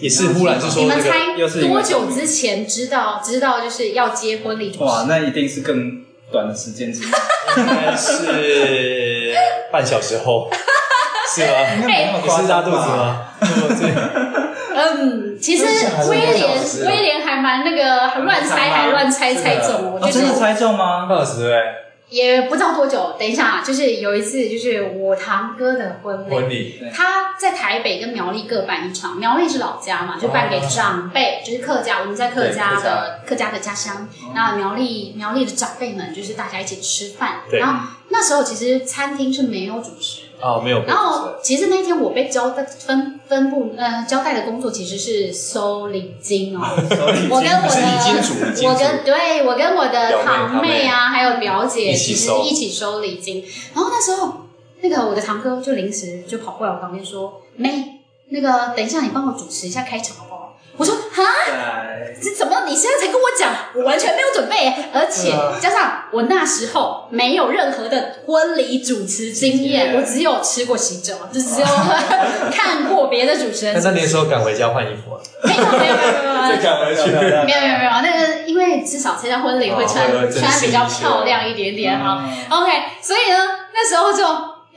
[SPEAKER 2] 也是忽然是说
[SPEAKER 3] 你们
[SPEAKER 2] 这 个
[SPEAKER 3] 猜
[SPEAKER 1] 又是一个
[SPEAKER 3] 多久之前知道知道就是要接婚礼主
[SPEAKER 1] 哇，
[SPEAKER 3] 持？
[SPEAKER 1] 那一定是更短的时间之内，
[SPEAKER 2] 应该是半小时 后，是吗？
[SPEAKER 1] 应该没
[SPEAKER 3] 哎
[SPEAKER 1] 那么
[SPEAKER 2] 你
[SPEAKER 1] 夸
[SPEAKER 2] 是
[SPEAKER 1] 张
[SPEAKER 2] 拉
[SPEAKER 1] 吧
[SPEAKER 2] 肚 子？吗？对，
[SPEAKER 3] 嗯，其实威廉威廉还蛮那个乱猜，还乱猜猜中了，我
[SPEAKER 1] 哦，
[SPEAKER 3] 觉
[SPEAKER 1] 真
[SPEAKER 3] 得
[SPEAKER 1] 的猜中吗？
[SPEAKER 2] 半小时对不对，
[SPEAKER 3] 也不知道多久。等一下，啊就是有一次，就是我堂哥的婚
[SPEAKER 2] 婚
[SPEAKER 3] 礼，
[SPEAKER 2] 礼
[SPEAKER 3] 他在台北跟苗栗各办一场。苗栗是老家嘛，就办给长辈，就是客家，我们在客家的客家的家乡。那苗栗苗栗的长辈们，就是大家一起吃饭。
[SPEAKER 2] 对
[SPEAKER 3] 然后那时候其实餐厅是没有主持的。
[SPEAKER 2] 哦， 没有过
[SPEAKER 3] 然后其实那天我被交代分分部呃交代的工作其实是收礼金哦，我跟我
[SPEAKER 2] 是
[SPEAKER 1] 嗯
[SPEAKER 3] 的
[SPEAKER 2] 礼金主礼金
[SPEAKER 3] 呃我
[SPEAKER 2] 主
[SPEAKER 3] 跟对我跟我的
[SPEAKER 2] 表妹
[SPEAKER 3] 堂妹啊，还有表姐，
[SPEAKER 2] 一起
[SPEAKER 3] 其实
[SPEAKER 2] 收
[SPEAKER 3] 一起收礼金。然后那时候，那个我的堂哥就临时就跑过来我旁边说：“妹，那个等一下你帮我主持一下开场好不好？”我说：“哈，
[SPEAKER 1] 对
[SPEAKER 3] 这怎么你现在才跟我讲？我完全没有准备，而且
[SPEAKER 1] 对啊
[SPEAKER 3] 加上我那时候没有任何的婚礼主持经验，
[SPEAKER 1] 经验
[SPEAKER 3] 我只有吃过喜酒，就只有看过别的主持人
[SPEAKER 2] 但。是那时候赶回家换衣服 啊，
[SPEAKER 3] 没有没有没有没有没有，
[SPEAKER 2] 赶回 去
[SPEAKER 1] 嗯
[SPEAKER 3] 没有没有没有，那个因为至少参加婚礼会穿、
[SPEAKER 2] 哦会会正
[SPEAKER 3] 穿
[SPEAKER 2] 式
[SPEAKER 3] 比
[SPEAKER 2] 一
[SPEAKER 3] 较
[SPEAKER 2] 些
[SPEAKER 3] 漂亮一点点哈。
[SPEAKER 1] 嗯
[SPEAKER 3] OK，所以呢，那时候就。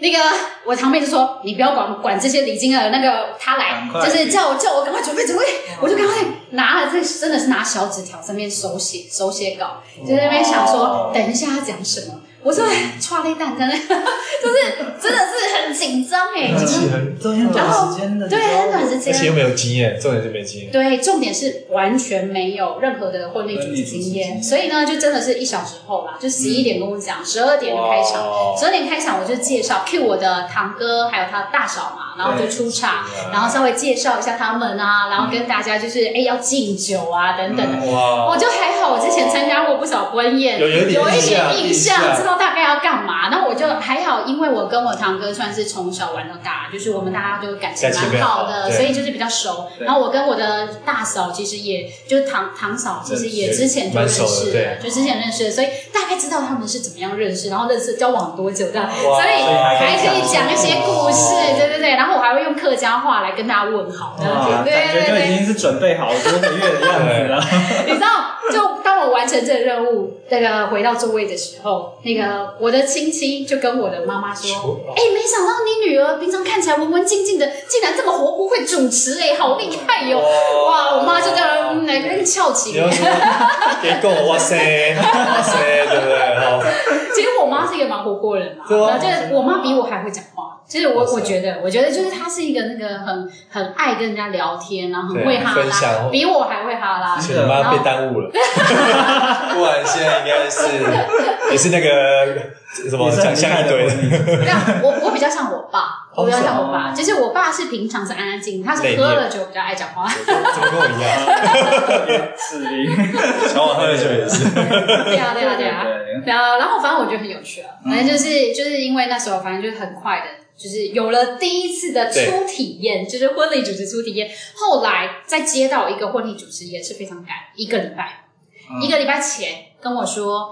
[SPEAKER 3] 那个我堂妹就说：“你不要管管这些礼金了，那个她来
[SPEAKER 1] 赶快
[SPEAKER 3] 就是叫我叫我赶快准备准备，我就赶快拿了这真的是拿小纸条上面手写手写稿，就在那边想说
[SPEAKER 2] 哇
[SPEAKER 3] 等一下要讲什么。我说哎唰嘞蛋真的 就是真的是很紧张哎，
[SPEAKER 2] 那
[SPEAKER 3] 就
[SPEAKER 2] 其
[SPEAKER 3] 是
[SPEAKER 2] 实很，
[SPEAKER 1] 都很短时间的，
[SPEAKER 3] 对，很短时
[SPEAKER 2] 而且又
[SPEAKER 3] 间，
[SPEAKER 2] 没有经验，重点是没经验。
[SPEAKER 3] 对，重点是完全没有任何的婚礼主
[SPEAKER 1] 婚
[SPEAKER 3] 持经
[SPEAKER 1] 礼主持经
[SPEAKER 3] 验，
[SPEAKER 1] 验
[SPEAKER 3] 所以呢，就真的是一小时后啦，就十一点跟我讲，十二点就开场。
[SPEAKER 2] 哇
[SPEAKER 3] 十二点开场，我就介绍 Q 我的堂哥还有他的大嫂嘛，然后就出场，
[SPEAKER 2] 是啊
[SPEAKER 3] 然后稍微介绍一下他们啊，然后跟大家就是哎、要敬酒啊等等的。
[SPEAKER 2] 哇
[SPEAKER 3] 我就还好，我之前参加过不少婚宴，
[SPEAKER 2] 哦有有一点
[SPEAKER 3] 一些
[SPEAKER 2] 印
[SPEAKER 3] 象，
[SPEAKER 2] 象
[SPEAKER 3] 知道大概要干嘛。然后我就还好，因为我跟我堂哥算是从小玩到大，就是我们大家就感情
[SPEAKER 2] 感情
[SPEAKER 3] 蛮
[SPEAKER 2] 蛮
[SPEAKER 3] 好
[SPEAKER 2] 好
[SPEAKER 3] 的，
[SPEAKER 2] 对
[SPEAKER 3] 所以就是比较熟。
[SPEAKER 1] 对
[SPEAKER 3] 然后我跟我的大嫂其实也就是堂堂嫂，其实也
[SPEAKER 2] 对
[SPEAKER 3] 之前就认
[SPEAKER 2] 蛮熟
[SPEAKER 3] 识
[SPEAKER 2] 的
[SPEAKER 3] 了，
[SPEAKER 2] 对
[SPEAKER 3] 就之前认识了，所以大概知道他们是怎么样认识，然后认识交往多久这样，
[SPEAKER 2] 哇
[SPEAKER 3] 所以
[SPEAKER 1] 所以
[SPEAKER 3] 还
[SPEAKER 1] 还
[SPEAKER 3] 可
[SPEAKER 1] 可
[SPEAKER 3] 以
[SPEAKER 1] 以
[SPEAKER 3] 讲
[SPEAKER 1] 讲
[SPEAKER 3] 一些故事，对对对。然后我还会用客家话来跟大家问好，这样子
[SPEAKER 1] 哇，
[SPEAKER 3] 对
[SPEAKER 1] 感
[SPEAKER 3] 对
[SPEAKER 1] 觉
[SPEAKER 3] 对
[SPEAKER 1] 就
[SPEAKER 3] 对
[SPEAKER 1] 已。经是准备好多个月的样子了。
[SPEAKER 3] 你知道，就当我完成这个任务，那个回到座位的时候，那个我的亲戚就跟我的妈妈说
[SPEAKER 2] 说：“
[SPEAKER 3] 哎、没想到你女儿平常看起来文文静静的，竟然这么活泼，会主持哎、好厉害哟、哇，我妈就在那嗯来跟翘起
[SPEAKER 2] 哦你。要 说给狗，哇塞，哇塞，对不对？哦，
[SPEAKER 3] 其实我妈是一个蛮活泼的人嘛，
[SPEAKER 2] 对啊
[SPEAKER 3] 然后就是我妈比我还会讲话。其实我
[SPEAKER 2] 哇塞
[SPEAKER 3] 我觉得，我觉得就是她是一个那个很很爱跟人家聊天，然后很
[SPEAKER 2] 对
[SPEAKER 3] 会哈
[SPEAKER 2] 分享哦
[SPEAKER 3] 拉，比我还会哈 拉。
[SPEAKER 2] 所以你妈被耽误了， 不然现在应该是也是那个什么
[SPEAKER 1] 也是
[SPEAKER 2] 奖
[SPEAKER 1] 很厉害
[SPEAKER 2] 项一
[SPEAKER 1] 的
[SPEAKER 2] 堆
[SPEAKER 1] 婚
[SPEAKER 2] 的，
[SPEAKER 1] 礼主持
[SPEAKER 3] 没有，我我比较像我爸，我比较像我爸。
[SPEAKER 1] 哦
[SPEAKER 3] 就是我爸是平常是安安静静，他是
[SPEAKER 2] 内敛
[SPEAKER 3] 喝了酒比较爱讲话。
[SPEAKER 2] 怎么跟我一样？
[SPEAKER 1] 是的，
[SPEAKER 2] 小我喝了酒也是，
[SPEAKER 3] 对啊，对啊，对啊。
[SPEAKER 1] 对
[SPEAKER 3] 然后，然后反正我觉得很有趣啊，反正就是就是因为那时候，反正就是很快的，就是有了第一次的初体验，就是婚礼主持初体验。后来再接到一个婚礼主持也是非常赶，一个礼拜，
[SPEAKER 1] 嗯
[SPEAKER 3] 一个礼拜前跟我说。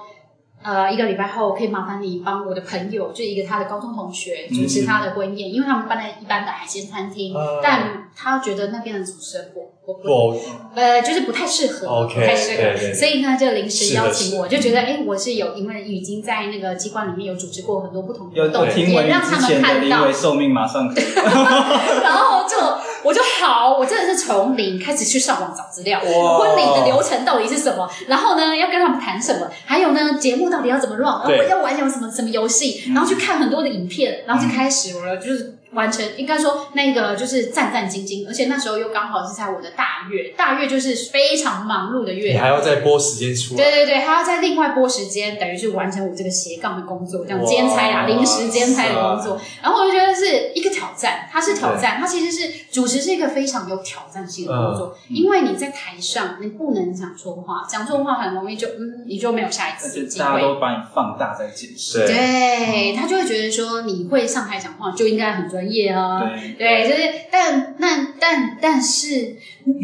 [SPEAKER 3] 呃，一个礼拜后可以麻烦你帮我的朋友，就一个他的高中同学主持他的婚宴，因为他们办在一般的海鲜餐厅，
[SPEAKER 2] 嗯
[SPEAKER 3] 但他觉得那边的主持人不不不
[SPEAKER 2] 我
[SPEAKER 3] 呃，就是不太适合
[SPEAKER 2] OK，
[SPEAKER 3] 不太适合，
[SPEAKER 2] 对对对
[SPEAKER 3] 所以呢就临时
[SPEAKER 2] 是的
[SPEAKER 3] 邀
[SPEAKER 2] 是
[SPEAKER 3] 请
[SPEAKER 2] 的
[SPEAKER 3] 我，就觉得哎，诶我是有，因为已经在那个机关里面有组织过很多不同的
[SPEAKER 1] 有
[SPEAKER 3] 活动
[SPEAKER 1] 有，听
[SPEAKER 3] 也
[SPEAKER 1] 闻你
[SPEAKER 3] 让他
[SPEAKER 1] 之
[SPEAKER 3] 们
[SPEAKER 1] 前的
[SPEAKER 3] 看
[SPEAKER 1] 离
[SPEAKER 3] 到
[SPEAKER 1] 为，寿命马上 可以，
[SPEAKER 3] 然后就我就好，我真的是从零开始去上网找资料，
[SPEAKER 2] 哇
[SPEAKER 3] 婚礼的流程到底是什么，然后呢要跟他们谈什么，还有呢节目到底要怎么 run，
[SPEAKER 2] 对
[SPEAKER 3] 我要玩有什么什么游戏，
[SPEAKER 1] 嗯
[SPEAKER 3] 然后去看很多的影片，然后就开始我的就是。完成应该说那个就是战战兢兢，而且那时候又刚好是在我的大月，大月就是非常忙碌的月
[SPEAKER 2] 你，还要再拨时间出
[SPEAKER 3] 对
[SPEAKER 2] 来，
[SPEAKER 3] 对对，他要在另外拨时间，等于是完成我这个斜杠的工作，这样
[SPEAKER 2] 哇
[SPEAKER 3] 兼差啊，临时兼差的工作。然后我就觉得是一个挑战，它是挑战，它其实是主持是一个非常有挑战性的工作，
[SPEAKER 1] 嗯
[SPEAKER 3] 因为你在台上你不能讲错话，讲错话很容易就嗯，你就没有下一
[SPEAKER 1] 而
[SPEAKER 3] 次
[SPEAKER 1] 且
[SPEAKER 3] 机
[SPEAKER 1] 大家
[SPEAKER 3] 会。
[SPEAKER 1] 都把你放大在解释。
[SPEAKER 2] 对
[SPEAKER 3] 对他就会觉得说你会上台讲话就应该很专业啊，
[SPEAKER 1] 对
[SPEAKER 3] 对，就是，但但但但是，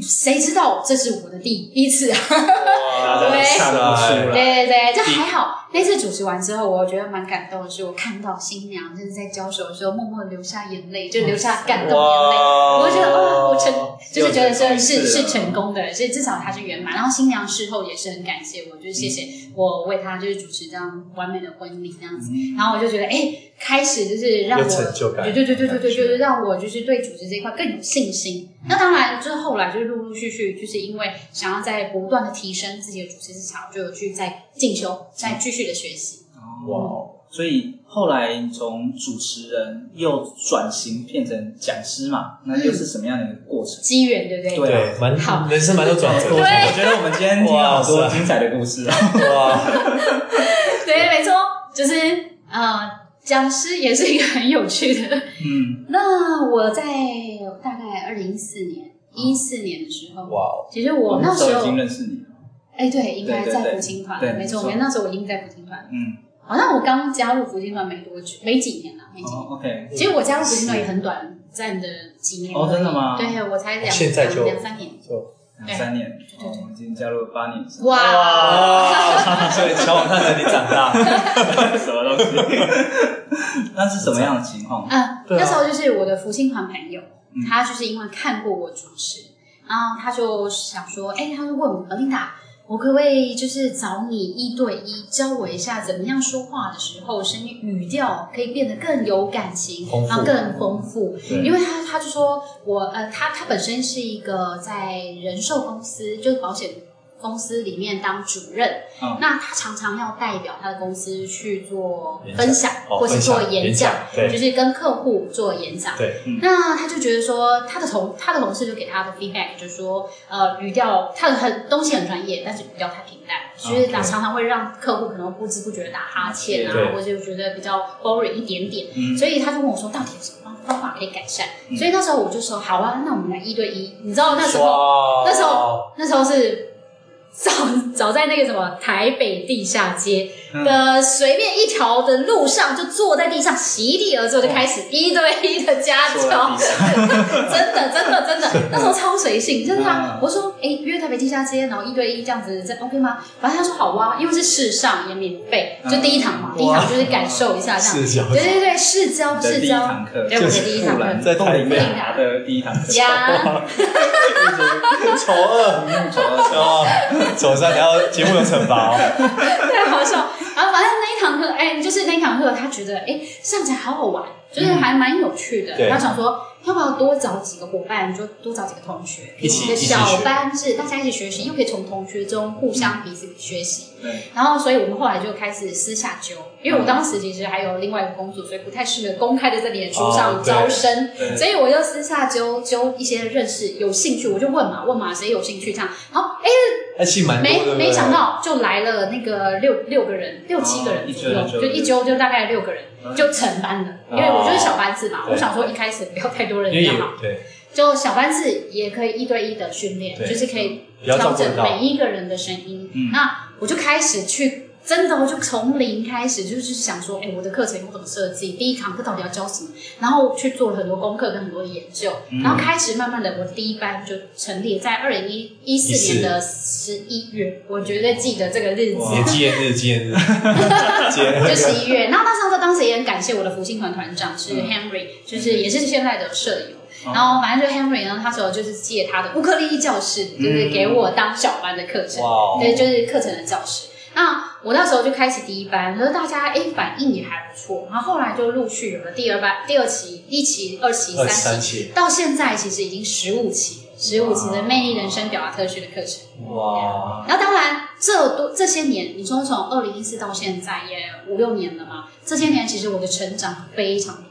[SPEAKER 3] 谁知道这是我的第一次啊？
[SPEAKER 2] 哇
[SPEAKER 1] 大家都看
[SPEAKER 2] 塞
[SPEAKER 1] 不出来
[SPEAKER 3] 对对对，就还好。那次主持完之后，我觉得蛮感动的是，我看到新娘就是在交手的时候，默默流下眼泪，就流下感动眼泪。
[SPEAKER 2] 哇
[SPEAKER 3] 我就觉得哇，我成，就是觉得
[SPEAKER 1] 又
[SPEAKER 3] 是
[SPEAKER 1] 成功一次
[SPEAKER 3] 是
[SPEAKER 1] 了
[SPEAKER 3] 是成功的，所以至少她是圆满。然后新娘事后也是很感谢我，就是谢谢我为她就是主持这样完美的婚礼这样子。
[SPEAKER 1] 嗯
[SPEAKER 3] 然后我就觉得，哎、开始就是让我
[SPEAKER 2] 有成就感
[SPEAKER 3] 对对对对对对，
[SPEAKER 2] 感觉
[SPEAKER 3] 就是让我就是对主持这一块更有信心。那当然，就是后来就是陆陆续续，就是因为想要在不断的提升自己的主持技巧，就有去再进修，再继续的学习。
[SPEAKER 2] 哇哦，
[SPEAKER 1] 所以后来你从主持人又转型变成讲师嘛，那又是什么样的一个过程？
[SPEAKER 3] 机缘对不对？
[SPEAKER 1] 对啊
[SPEAKER 2] 对，蛮
[SPEAKER 3] 好
[SPEAKER 2] 人生蛮多转折
[SPEAKER 1] 我
[SPEAKER 2] 的，
[SPEAKER 1] 我觉得我们今天听到好多
[SPEAKER 2] 哇塞
[SPEAKER 1] 精彩的故事啊。
[SPEAKER 2] 哇，
[SPEAKER 3] 对，没错，就是呃，讲师也是一个很有趣的。
[SPEAKER 1] 嗯
[SPEAKER 3] 那我在大概二零一四年、
[SPEAKER 1] 啊
[SPEAKER 3] 一四年的时候，
[SPEAKER 2] 哇哦，
[SPEAKER 3] 其实我那
[SPEAKER 1] 那
[SPEAKER 3] 时
[SPEAKER 1] 候已
[SPEAKER 3] 候
[SPEAKER 1] 经，认识你了。
[SPEAKER 3] 哎，对，应该
[SPEAKER 1] 对对
[SPEAKER 3] 在
[SPEAKER 1] 对
[SPEAKER 3] 福清团，
[SPEAKER 1] 对
[SPEAKER 3] 没错，
[SPEAKER 1] 没
[SPEAKER 3] 我
[SPEAKER 1] 错
[SPEAKER 3] 那时候我已经在福清团了。
[SPEAKER 1] 嗯，
[SPEAKER 3] 好，那我刚加入福清团没多久，没几年了，没几年。
[SPEAKER 1] 哦，OK，
[SPEAKER 3] 其实我加入福清团也很短暂的几年而已。
[SPEAKER 1] 哦真的吗
[SPEAKER 3] 对，我才两
[SPEAKER 2] 现在就
[SPEAKER 3] 两三年。
[SPEAKER 2] 就
[SPEAKER 1] 两三年，
[SPEAKER 3] 对对
[SPEAKER 1] 哦，我已经加入了八年， 什
[SPEAKER 3] 哇，
[SPEAKER 2] 哇，所以乔往看着你长大，
[SPEAKER 1] 么东西？那是什么样的情 况？
[SPEAKER 3] 啊，
[SPEAKER 2] 对啊
[SPEAKER 3] 那时候就是我的福清团朋友，
[SPEAKER 1] 嗯
[SPEAKER 3] 他就是因为看过我主持，然后他就想说，哎、他就问我琳达，我可不可以就是找你一对一教我一下，怎么样说话的时候声音语调可以变得更有感情
[SPEAKER 2] 丰，富
[SPEAKER 3] 然后更丰富。
[SPEAKER 1] 对
[SPEAKER 3] 因为他他就说我呃，他他本身是一个在人寿公司，就是保险。公司里面当主任，
[SPEAKER 1] 嗯
[SPEAKER 3] 那他常常要代表他的公司去做
[SPEAKER 2] 演讲
[SPEAKER 3] 分享，
[SPEAKER 2] 哦
[SPEAKER 3] 或是
[SPEAKER 2] 分
[SPEAKER 3] 做
[SPEAKER 2] 享
[SPEAKER 3] 演
[SPEAKER 2] 演
[SPEAKER 3] 讲
[SPEAKER 2] 讲，对
[SPEAKER 3] 就是跟客户做演讲。
[SPEAKER 2] 对，
[SPEAKER 3] 那他就觉得说，他的同他的同事就给他的 feedback 就说，呃，语调他的很东西很专业，但是语调太平淡，就是打
[SPEAKER 2] OK
[SPEAKER 3] 常常会让客户可能不知不觉地打哈欠啊
[SPEAKER 2] 对，
[SPEAKER 3] 或者就觉得比较 boring 一点点。
[SPEAKER 1] 嗯
[SPEAKER 3] 所以他就问我说，到底有什么方方法可以改善？
[SPEAKER 1] 嗯
[SPEAKER 3] 所以那时候我就说，好啊，那我们来一对一。你知道那时候
[SPEAKER 2] 哇
[SPEAKER 3] 那时候那时候是早早在那个什么台北地下街
[SPEAKER 1] 嗯
[SPEAKER 3] 的随便一条的路上，就坐在地上席地而坐，就开始一对一的家
[SPEAKER 1] 坐在
[SPEAKER 3] 教
[SPEAKER 1] 地，上，
[SPEAKER 3] 真的真的 真的，那时候超随性，真的啊
[SPEAKER 1] 嗯！
[SPEAKER 3] 我说，哎，约台北地下街，然后一对一这样子，这 OK 吗？反正他说好哇，因为是试上也免费，就第一堂嘛，
[SPEAKER 1] 嗯
[SPEAKER 3] 第一堂就是感受一下这样。
[SPEAKER 2] 视角
[SPEAKER 3] 对对对，试教
[SPEAKER 1] 你的
[SPEAKER 3] 试
[SPEAKER 1] 第一
[SPEAKER 3] 教，
[SPEAKER 1] 堂课
[SPEAKER 3] 对我的第一堂课
[SPEAKER 1] 布兰
[SPEAKER 2] 在台北
[SPEAKER 1] 拿的第一堂课，
[SPEAKER 3] 加
[SPEAKER 2] 丑恶，
[SPEAKER 1] 嗯丑恶丑恶
[SPEAKER 2] 哦，走上你要节目有惩罚哦，
[SPEAKER 3] 太好笑。然后反正那一堂课，哎、就是那一堂课，他觉得哎、上起来好好玩，就是还蛮有趣的。
[SPEAKER 2] 嗯对
[SPEAKER 3] 他想说，要不要多找几个伙伴，就多找几个同学，
[SPEAKER 2] 一起
[SPEAKER 3] 个
[SPEAKER 2] 一起学
[SPEAKER 3] 小班制，大家一起学习，又可以从同学中互相彼此学习。
[SPEAKER 1] 对，
[SPEAKER 3] 然后，所以我们后来就开始私下揪，因为我当时其实还有另外一个工作，所以不太适合公开的在脸书
[SPEAKER 2] 哦
[SPEAKER 3] 上
[SPEAKER 2] 对
[SPEAKER 3] 招生，
[SPEAKER 1] 对
[SPEAKER 3] 所以我就私下揪揪一些认识有兴趣，我就问嘛问嘛，谁有兴趣这样，然后哎。
[SPEAKER 2] 还戏蛮多
[SPEAKER 3] 没
[SPEAKER 2] 的，
[SPEAKER 3] 没想到就来了那个六六个人，六七个人
[SPEAKER 1] 哦一揪就
[SPEAKER 3] 左右，就一揪就大概六个人
[SPEAKER 1] 嗯
[SPEAKER 3] 就成班了。因
[SPEAKER 2] 哦
[SPEAKER 3] 为我就是小班制嘛，
[SPEAKER 2] 对
[SPEAKER 3] 我想说一开始不要太多
[SPEAKER 2] 对不
[SPEAKER 3] 人
[SPEAKER 2] 对，因
[SPEAKER 3] 比较
[SPEAKER 2] 为也
[SPEAKER 3] 好，
[SPEAKER 2] 对，
[SPEAKER 3] 就小班制也可以一对一的训练，
[SPEAKER 2] 对
[SPEAKER 3] 就是可以
[SPEAKER 2] 比较照
[SPEAKER 3] 调
[SPEAKER 2] 顾
[SPEAKER 3] 整
[SPEAKER 2] 得
[SPEAKER 3] 每
[SPEAKER 2] 到，
[SPEAKER 3] 一个人的声音。
[SPEAKER 1] 嗯
[SPEAKER 3] 那我就开始去，真的我就从零开始，就是想说，哎，我的课程我怎么设计？第一堂课到底要教什么？然后去做了很多功课跟很多研究，
[SPEAKER 1] 嗯
[SPEAKER 3] 然后开始慢慢的，我第一班就成立在二零一一四年的十一月，我绝对记得这个日子。
[SPEAKER 1] 哇
[SPEAKER 2] 你的纪念日，纪 念日，纪念
[SPEAKER 3] 就
[SPEAKER 2] 日，
[SPEAKER 3] 十一月，然后那时候当时也很感谢我的福星团团长是
[SPEAKER 1] 嗯
[SPEAKER 3] Henry，、就是也是现在的舍友。
[SPEAKER 1] 哦
[SPEAKER 3] 然后反正就 Henry 呢，他时候就是借他的乌克丽丽教室，
[SPEAKER 1] 嗯
[SPEAKER 3] 就是给我当小班的课程。
[SPEAKER 2] 哇哦，
[SPEAKER 3] 对，就是课程的教室。那我那时候就开始第一班，然后大家哎反应也还不错，然后后来就陆续有了第二班、第二期、一期、二期、
[SPEAKER 2] 二
[SPEAKER 3] 三
[SPEAKER 2] 十三
[SPEAKER 3] 期，
[SPEAKER 2] 期，
[SPEAKER 3] 到现在其实已经十五期，十五期的魅力人生表达特区的课程。
[SPEAKER 2] 哇，
[SPEAKER 3] 然后当然，这多这些年，你说从二零一四到现在也五六年了嘛，这些年其实我的成长非常多，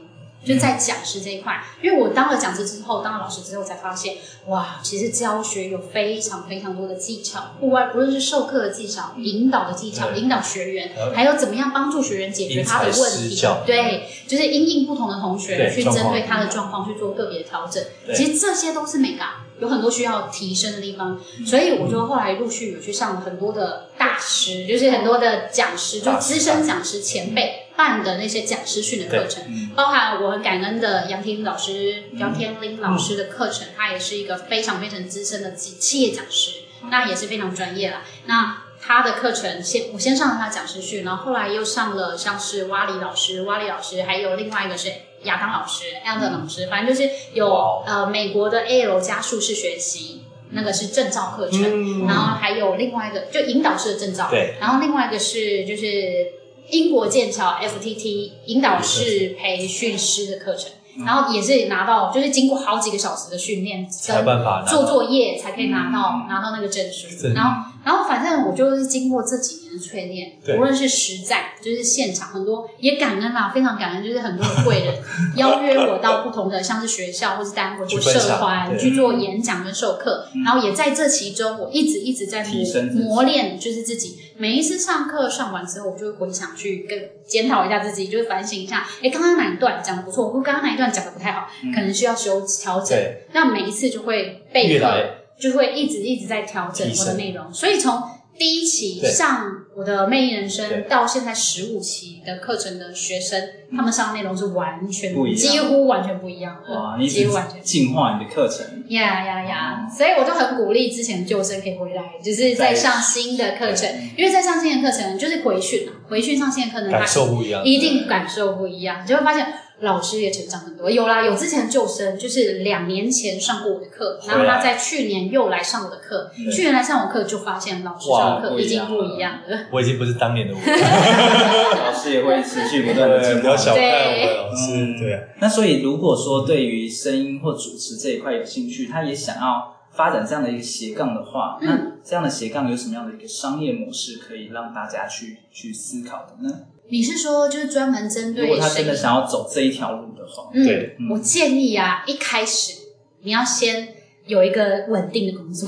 [SPEAKER 3] 就
[SPEAKER 2] 嗯
[SPEAKER 3] 在讲师这一块，因为我当了讲师之后，当了老师之后才发现，哇，其实教学有非常非常多的技巧，不外不论是授课的技巧、引导的技巧、
[SPEAKER 2] 嗯对呃
[SPEAKER 3] 引导学员
[SPEAKER 2] 了，解
[SPEAKER 3] 还有怎么样帮助学员解决他的
[SPEAKER 2] 因材
[SPEAKER 3] 问
[SPEAKER 2] 施
[SPEAKER 3] 题
[SPEAKER 2] 教，
[SPEAKER 3] 对，就是因应不同的同学
[SPEAKER 2] 对
[SPEAKER 3] 去
[SPEAKER 2] 状
[SPEAKER 3] 针
[SPEAKER 2] 况
[SPEAKER 3] 对他的状况去做个别调整，
[SPEAKER 2] 对
[SPEAKER 3] 其实这些都是美感。有很多需要提升的地方，所以我就后来陆续有去上了很多的大师，就是很多的讲师，就
[SPEAKER 2] 大师
[SPEAKER 3] 资深讲师前辈办的那些讲师训的课程，
[SPEAKER 1] 嗯
[SPEAKER 3] 包含我很感恩的杨天林老师、
[SPEAKER 2] 嗯
[SPEAKER 3] 杨天林老师的课程，他也是一个非常非常资深的企企业讲师，那也是非常专业啦。那他的课程先我先上了他的讲师训，然后后来又上了像是蛙里老师、蛙里老师，还有另外一个是亚当老师、亚当老师，反正就是有
[SPEAKER 2] 哇哦
[SPEAKER 3] 呃美国的 AL 加速式学习，那个是证照课程，
[SPEAKER 2] 嗯
[SPEAKER 3] 然后还有另外一个就引导式的证照，
[SPEAKER 2] 对，
[SPEAKER 3] 然后另外一个是就是英国剑桥 FTT 引导式培训师的课程，
[SPEAKER 2] 嗯
[SPEAKER 3] 然后也是拿到就是经过好几个小时的训练
[SPEAKER 2] 才有
[SPEAKER 3] 跟
[SPEAKER 2] 办法拿
[SPEAKER 3] 做
[SPEAKER 2] 到
[SPEAKER 1] 嗯
[SPEAKER 3] 作业才可以拿到、拿到那个证书，
[SPEAKER 2] 证
[SPEAKER 3] 然后然后反反正我就是经过这几年的淬
[SPEAKER 2] 对
[SPEAKER 3] 炼，无论是实战，就是现场很多也感恩啦，非常感恩，就是很多的贵 人邀约我到不同的像是学校或是单位
[SPEAKER 2] 去
[SPEAKER 3] 或
[SPEAKER 2] 分享
[SPEAKER 3] 社团
[SPEAKER 2] 对
[SPEAKER 3] 去做演讲跟授课
[SPEAKER 1] 嗯，
[SPEAKER 3] 然后也在这其中，我一直一直在
[SPEAKER 1] 提升自己
[SPEAKER 3] 磨磨练，就是自己每一次上课上完之后，我就会回想去跟检讨一下自己，就是反省一下，哎，刚刚哪一段讲的不错，或刚刚哪一段讲的不太好，
[SPEAKER 1] 嗯
[SPEAKER 3] 可能需要修调整。
[SPEAKER 2] 对，
[SPEAKER 3] 那每一次就会备
[SPEAKER 2] 越
[SPEAKER 3] 课
[SPEAKER 2] 来
[SPEAKER 3] 就会一直一直在调整
[SPEAKER 2] 提升
[SPEAKER 3] 我的内容，所以从第一期
[SPEAKER 2] 对
[SPEAKER 3] 上我的《魅力人生
[SPEAKER 2] 对》
[SPEAKER 3] 到现在十五期的课程的学生，他们上的内容是完全
[SPEAKER 1] 不一样
[SPEAKER 3] 几乎完全不一样的，
[SPEAKER 1] 哇，你一
[SPEAKER 3] 几
[SPEAKER 1] 直
[SPEAKER 3] 嗯乎完全。
[SPEAKER 1] 进化你的课程，
[SPEAKER 3] 呀呀呀！所以我就很鼓励之前的旧生可以回来，就是在上新的课程，因为在上新的课程就是回训啊，回训上新的课程，
[SPEAKER 2] 感
[SPEAKER 3] 它
[SPEAKER 2] 受不一样，
[SPEAKER 3] 一定感受不一样，你就会发现老师也成长很多。有啦，有之前的旧生，就是两年前上过我的课，
[SPEAKER 2] 回来
[SPEAKER 3] 然后他在去年又来上我的课
[SPEAKER 2] 对，
[SPEAKER 3] 去年来上我课就发现老师上的课已经不一样了。
[SPEAKER 2] 我已经不是当年的我，
[SPEAKER 1] 老师也会持续不断的
[SPEAKER 2] 对，
[SPEAKER 1] 进
[SPEAKER 2] 不要
[SPEAKER 1] 化。嗯
[SPEAKER 2] 小看我
[SPEAKER 3] 对
[SPEAKER 2] 的老师，对啊，
[SPEAKER 1] 那所以，如果说对于声音或主持这一块有兴趣，他也想要发展这样的一个斜杠的话，
[SPEAKER 3] 嗯
[SPEAKER 1] 那这样的斜杠有什么样的一个商业模式可以让大家去去思考的呢？
[SPEAKER 3] 你是说就是专门针
[SPEAKER 1] 如果
[SPEAKER 3] 对
[SPEAKER 1] 他
[SPEAKER 3] 谁
[SPEAKER 1] 真的？想要走这一条路的话，
[SPEAKER 3] 嗯，
[SPEAKER 2] 对
[SPEAKER 1] 嗯
[SPEAKER 3] 我建议啊，一开始你要先有一个稳定的工作，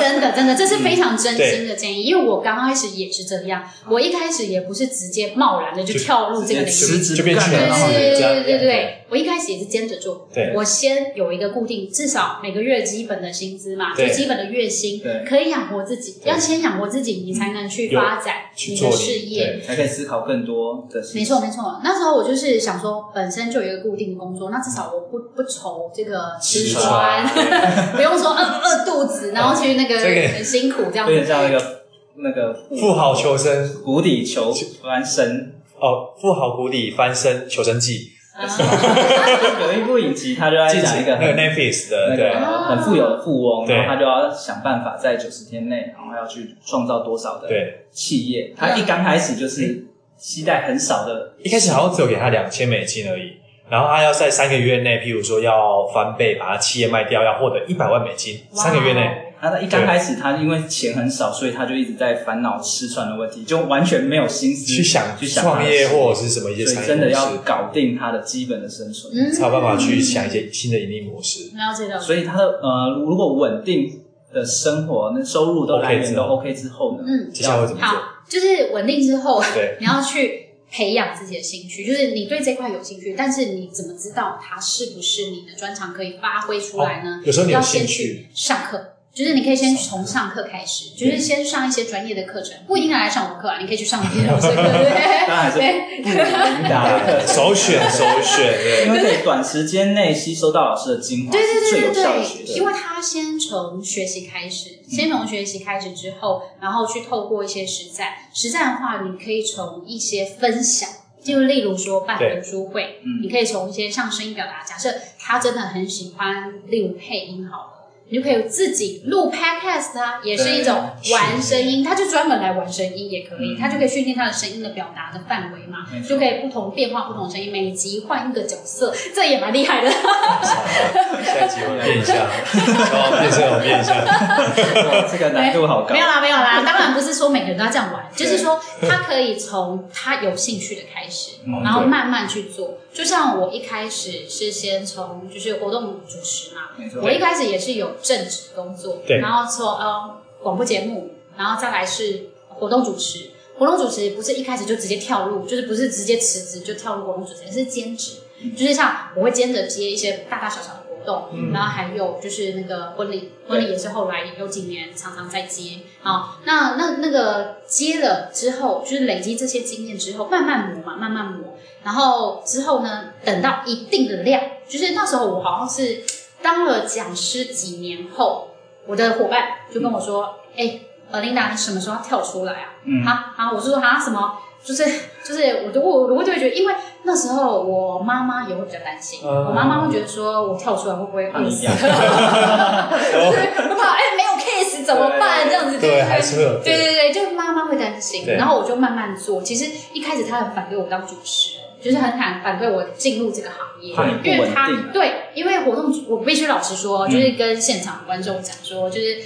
[SPEAKER 3] 真的真的，这是非常真心的建议。因为我刚开始也是这样，我一开始也不是直接贸然的就
[SPEAKER 2] 就
[SPEAKER 3] 跳入这个领域，
[SPEAKER 1] 辞职
[SPEAKER 2] 就变
[SPEAKER 1] 不干了
[SPEAKER 2] 全
[SPEAKER 3] 对
[SPEAKER 1] 然
[SPEAKER 2] 职
[SPEAKER 1] 后
[SPEAKER 2] 也
[SPEAKER 3] 对
[SPEAKER 2] 这样
[SPEAKER 3] 对对
[SPEAKER 2] 对
[SPEAKER 3] 对，我一开始也是兼着做，
[SPEAKER 2] 对
[SPEAKER 3] 我先有一个固定，至少每个月基本的薪资嘛，
[SPEAKER 2] 对
[SPEAKER 3] 就基本的月薪
[SPEAKER 1] 对，
[SPEAKER 3] 可以养活自己。
[SPEAKER 2] 对
[SPEAKER 3] 要先养活自己，你才能去发展
[SPEAKER 2] 去
[SPEAKER 3] 你
[SPEAKER 2] 做
[SPEAKER 3] 的
[SPEAKER 2] 你
[SPEAKER 3] 事业。
[SPEAKER 2] 对
[SPEAKER 1] 才可以思考更多的事情。
[SPEAKER 3] 没错没错，那时候我就是想说，本身就有一个固定的工作，那至少我不不愁这个吃穿，不用说饿饿肚子，然后去那个
[SPEAKER 2] 这个
[SPEAKER 3] 很辛苦这样
[SPEAKER 1] 有点
[SPEAKER 3] 子。
[SPEAKER 1] 像那个那个
[SPEAKER 2] 富豪求生
[SPEAKER 1] 谷底求翻身，
[SPEAKER 2] 哦，富豪谷底翻身求生记，
[SPEAKER 3] 啊
[SPEAKER 1] 有一部影集，他就在讲一个
[SPEAKER 2] 那个
[SPEAKER 1] 很
[SPEAKER 2] Netflix
[SPEAKER 1] 那
[SPEAKER 2] 的，对，
[SPEAKER 1] 个很富有的富翁，
[SPEAKER 2] 对
[SPEAKER 1] 然后他就要想办法在九十天内，然后要去创造多少的
[SPEAKER 2] 对
[SPEAKER 1] 企业。他一刚开始就是期待很少的，
[SPEAKER 2] 一开始好像只有给他两千美金而已，然后他要在三个月内，譬如说要翻倍，把他企业卖掉，要获得一百万美金，三个月
[SPEAKER 3] 哦
[SPEAKER 2] 内，，
[SPEAKER 1] 他在一刚开始他因为钱很少，所以他就一直在烦恼吃穿的问题，就完全没有心思
[SPEAKER 2] 去想
[SPEAKER 1] 去想他的
[SPEAKER 2] 创业
[SPEAKER 1] 事
[SPEAKER 2] 或者是什么一些
[SPEAKER 1] 所
[SPEAKER 2] 产
[SPEAKER 1] 以
[SPEAKER 2] 业
[SPEAKER 1] 真的要
[SPEAKER 2] 模式
[SPEAKER 1] 搞定他的基本的生存。
[SPEAKER 3] 嗯，
[SPEAKER 2] 才有办法去想一些新的盈利模式。
[SPEAKER 3] 了解了解。
[SPEAKER 1] 所以他的呃，如果稳定的生活、那收入都来
[SPEAKER 2] OK
[SPEAKER 1] 源
[SPEAKER 2] 之
[SPEAKER 1] 都
[SPEAKER 2] 后
[SPEAKER 1] OK 之后呢，
[SPEAKER 3] 嗯
[SPEAKER 2] 接下来会怎么做？
[SPEAKER 3] 好，就是稳定之后，
[SPEAKER 2] 对，
[SPEAKER 3] 你要去培养自己的兴趣，就是你对这块有兴趣，但是你怎么知道它是不是你的专长可以发挥出来呢？
[SPEAKER 2] 有时候你有
[SPEAKER 3] 要先
[SPEAKER 2] 兴
[SPEAKER 3] 去
[SPEAKER 2] 趣，
[SPEAKER 3] 上课。就是你可以先从上课开始，就是先上一些专业的课程，不一定要来上我的课啊，你可以去上别的老 师的课，对不对？
[SPEAKER 1] 当然还是
[SPEAKER 3] 对
[SPEAKER 1] 不能 达的。
[SPEAKER 2] 首选首选，
[SPEAKER 1] 因
[SPEAKER 2] 对，
[SPEAKER 1] 为可以短时间内吸收到老师的精华，
[SPEAKER 3] 对对
[SPEAKER 1] 是最
[SPEAKER 3] 对
[SPEAKER 1] 有效的
[SPEAKER 3] 对
[SPEAKER 1] 学
[SPEAKER 3] 对，
[SPEAKER 1] 习
[SPEAKER 3] 因。为他先从学习开始，先从学习开始之后，然后去透过一些实战，实战的话，你可以从一些分享。就例如说办
[SPEAKER 2] 对
[SPEAKER 3] 读书会
[SPEAKER 1] 嗯，
[SPEAKER 3] 你可以从一些像声音表达，假设他真的很喜欢，例如配音好了，你就可以自己录 podcast 啊，也是一种玩声音，他就专门来玩声音也可以，
[SPEAKER 1] 嗯
[SPEAKER 3] 他就可以训练他的声音的表达的范围嘛
[SPEAKER 1] 没，错
[SPEAKER 3] 就可以不同变化不同声音，每集换一个角色，这也蛮厉害的。
[SPEAKER 2] 下一集我变一 下，然后变身我变一下，
[SPEAKER 1] 哇这个难度好高
[SPEAKER 3] 没。有啦，没有啦，当然不是说每个人都要这样玩，就是说他可以从他有兴趣的开始
[SPEAKER 1] 嗯，
[SPEAKER 3] 然后
[SPEAKER 2] 对
[SPEAKER 3] 慢慢去做。就像我一开始是先从就是活动主持嘛，
[SPEAKER 1] 没错
[SPEAKER 3] 我一开始也是有正职工作，
[SPEAKER 2] 对
[SPEAKER 3] 然后从呃广播节目，然后再来是活动主持。活动主持不是一开始就直接跳入，就是不是直接辞职就跳入活动主持，而是兼职，就是像我会兼着接一些大大小小的活动，
[SPEAKER 1] 嗯
[SPEAKER 3] 然后还有就是那个婚礼，婚礼也是后来有几年常常在接啊。那那那个接了之后，就是累积这些经验之后，慢慢磨嘛，慢慢磨。然后之后呢，等到一定的量，就是那时候我好像是当了讲师几年后，我的伙伴就跟我说：“
[SPEAKER 2] 嗯
[SPEAKER 3] 哎、呃，琳达，你什么时候要跳出来啊？”
[SPEAKER 1] 嗯
[SPEAKER 3] 好好，我就说啊什么，就是就是我就我我就会觉得，因为那时候我妈妈也会比较担心，
[SPEAKER 2] 嗯
[SPEAKER 3] 我妈妈会觉得说我跳出来会不会
[SPEAKER 1] 怕你
[SPEAKER 3] 饿死，
[SPEAKER 1] 养
[SPEAKER 3] 就是我怕哎没有 case 怎么办这样子，
[SPEAKER 2] 对，
[SPEAKER 3] 不
[SPEAKER 2] 还是会有
[SPEAKER 3] 对对对，就是妈妈会担心，
[SPEAKER 2] 对
[SPEAKER 3] 然后我就慢慢做。其实一开始她很反对我当主持人，就是很反反对我进入这个行业，
[SPEAKER 1] 怕你不稳定
[SPEAKER 3] 因为她
[SPEAKER 1] 啊
[SPEAKER 3] 对，因为活动主我必须老实说，
[SPEAKER 1] 嗯
[SPEAKER 3] 就是跟现场观众讲说，就是。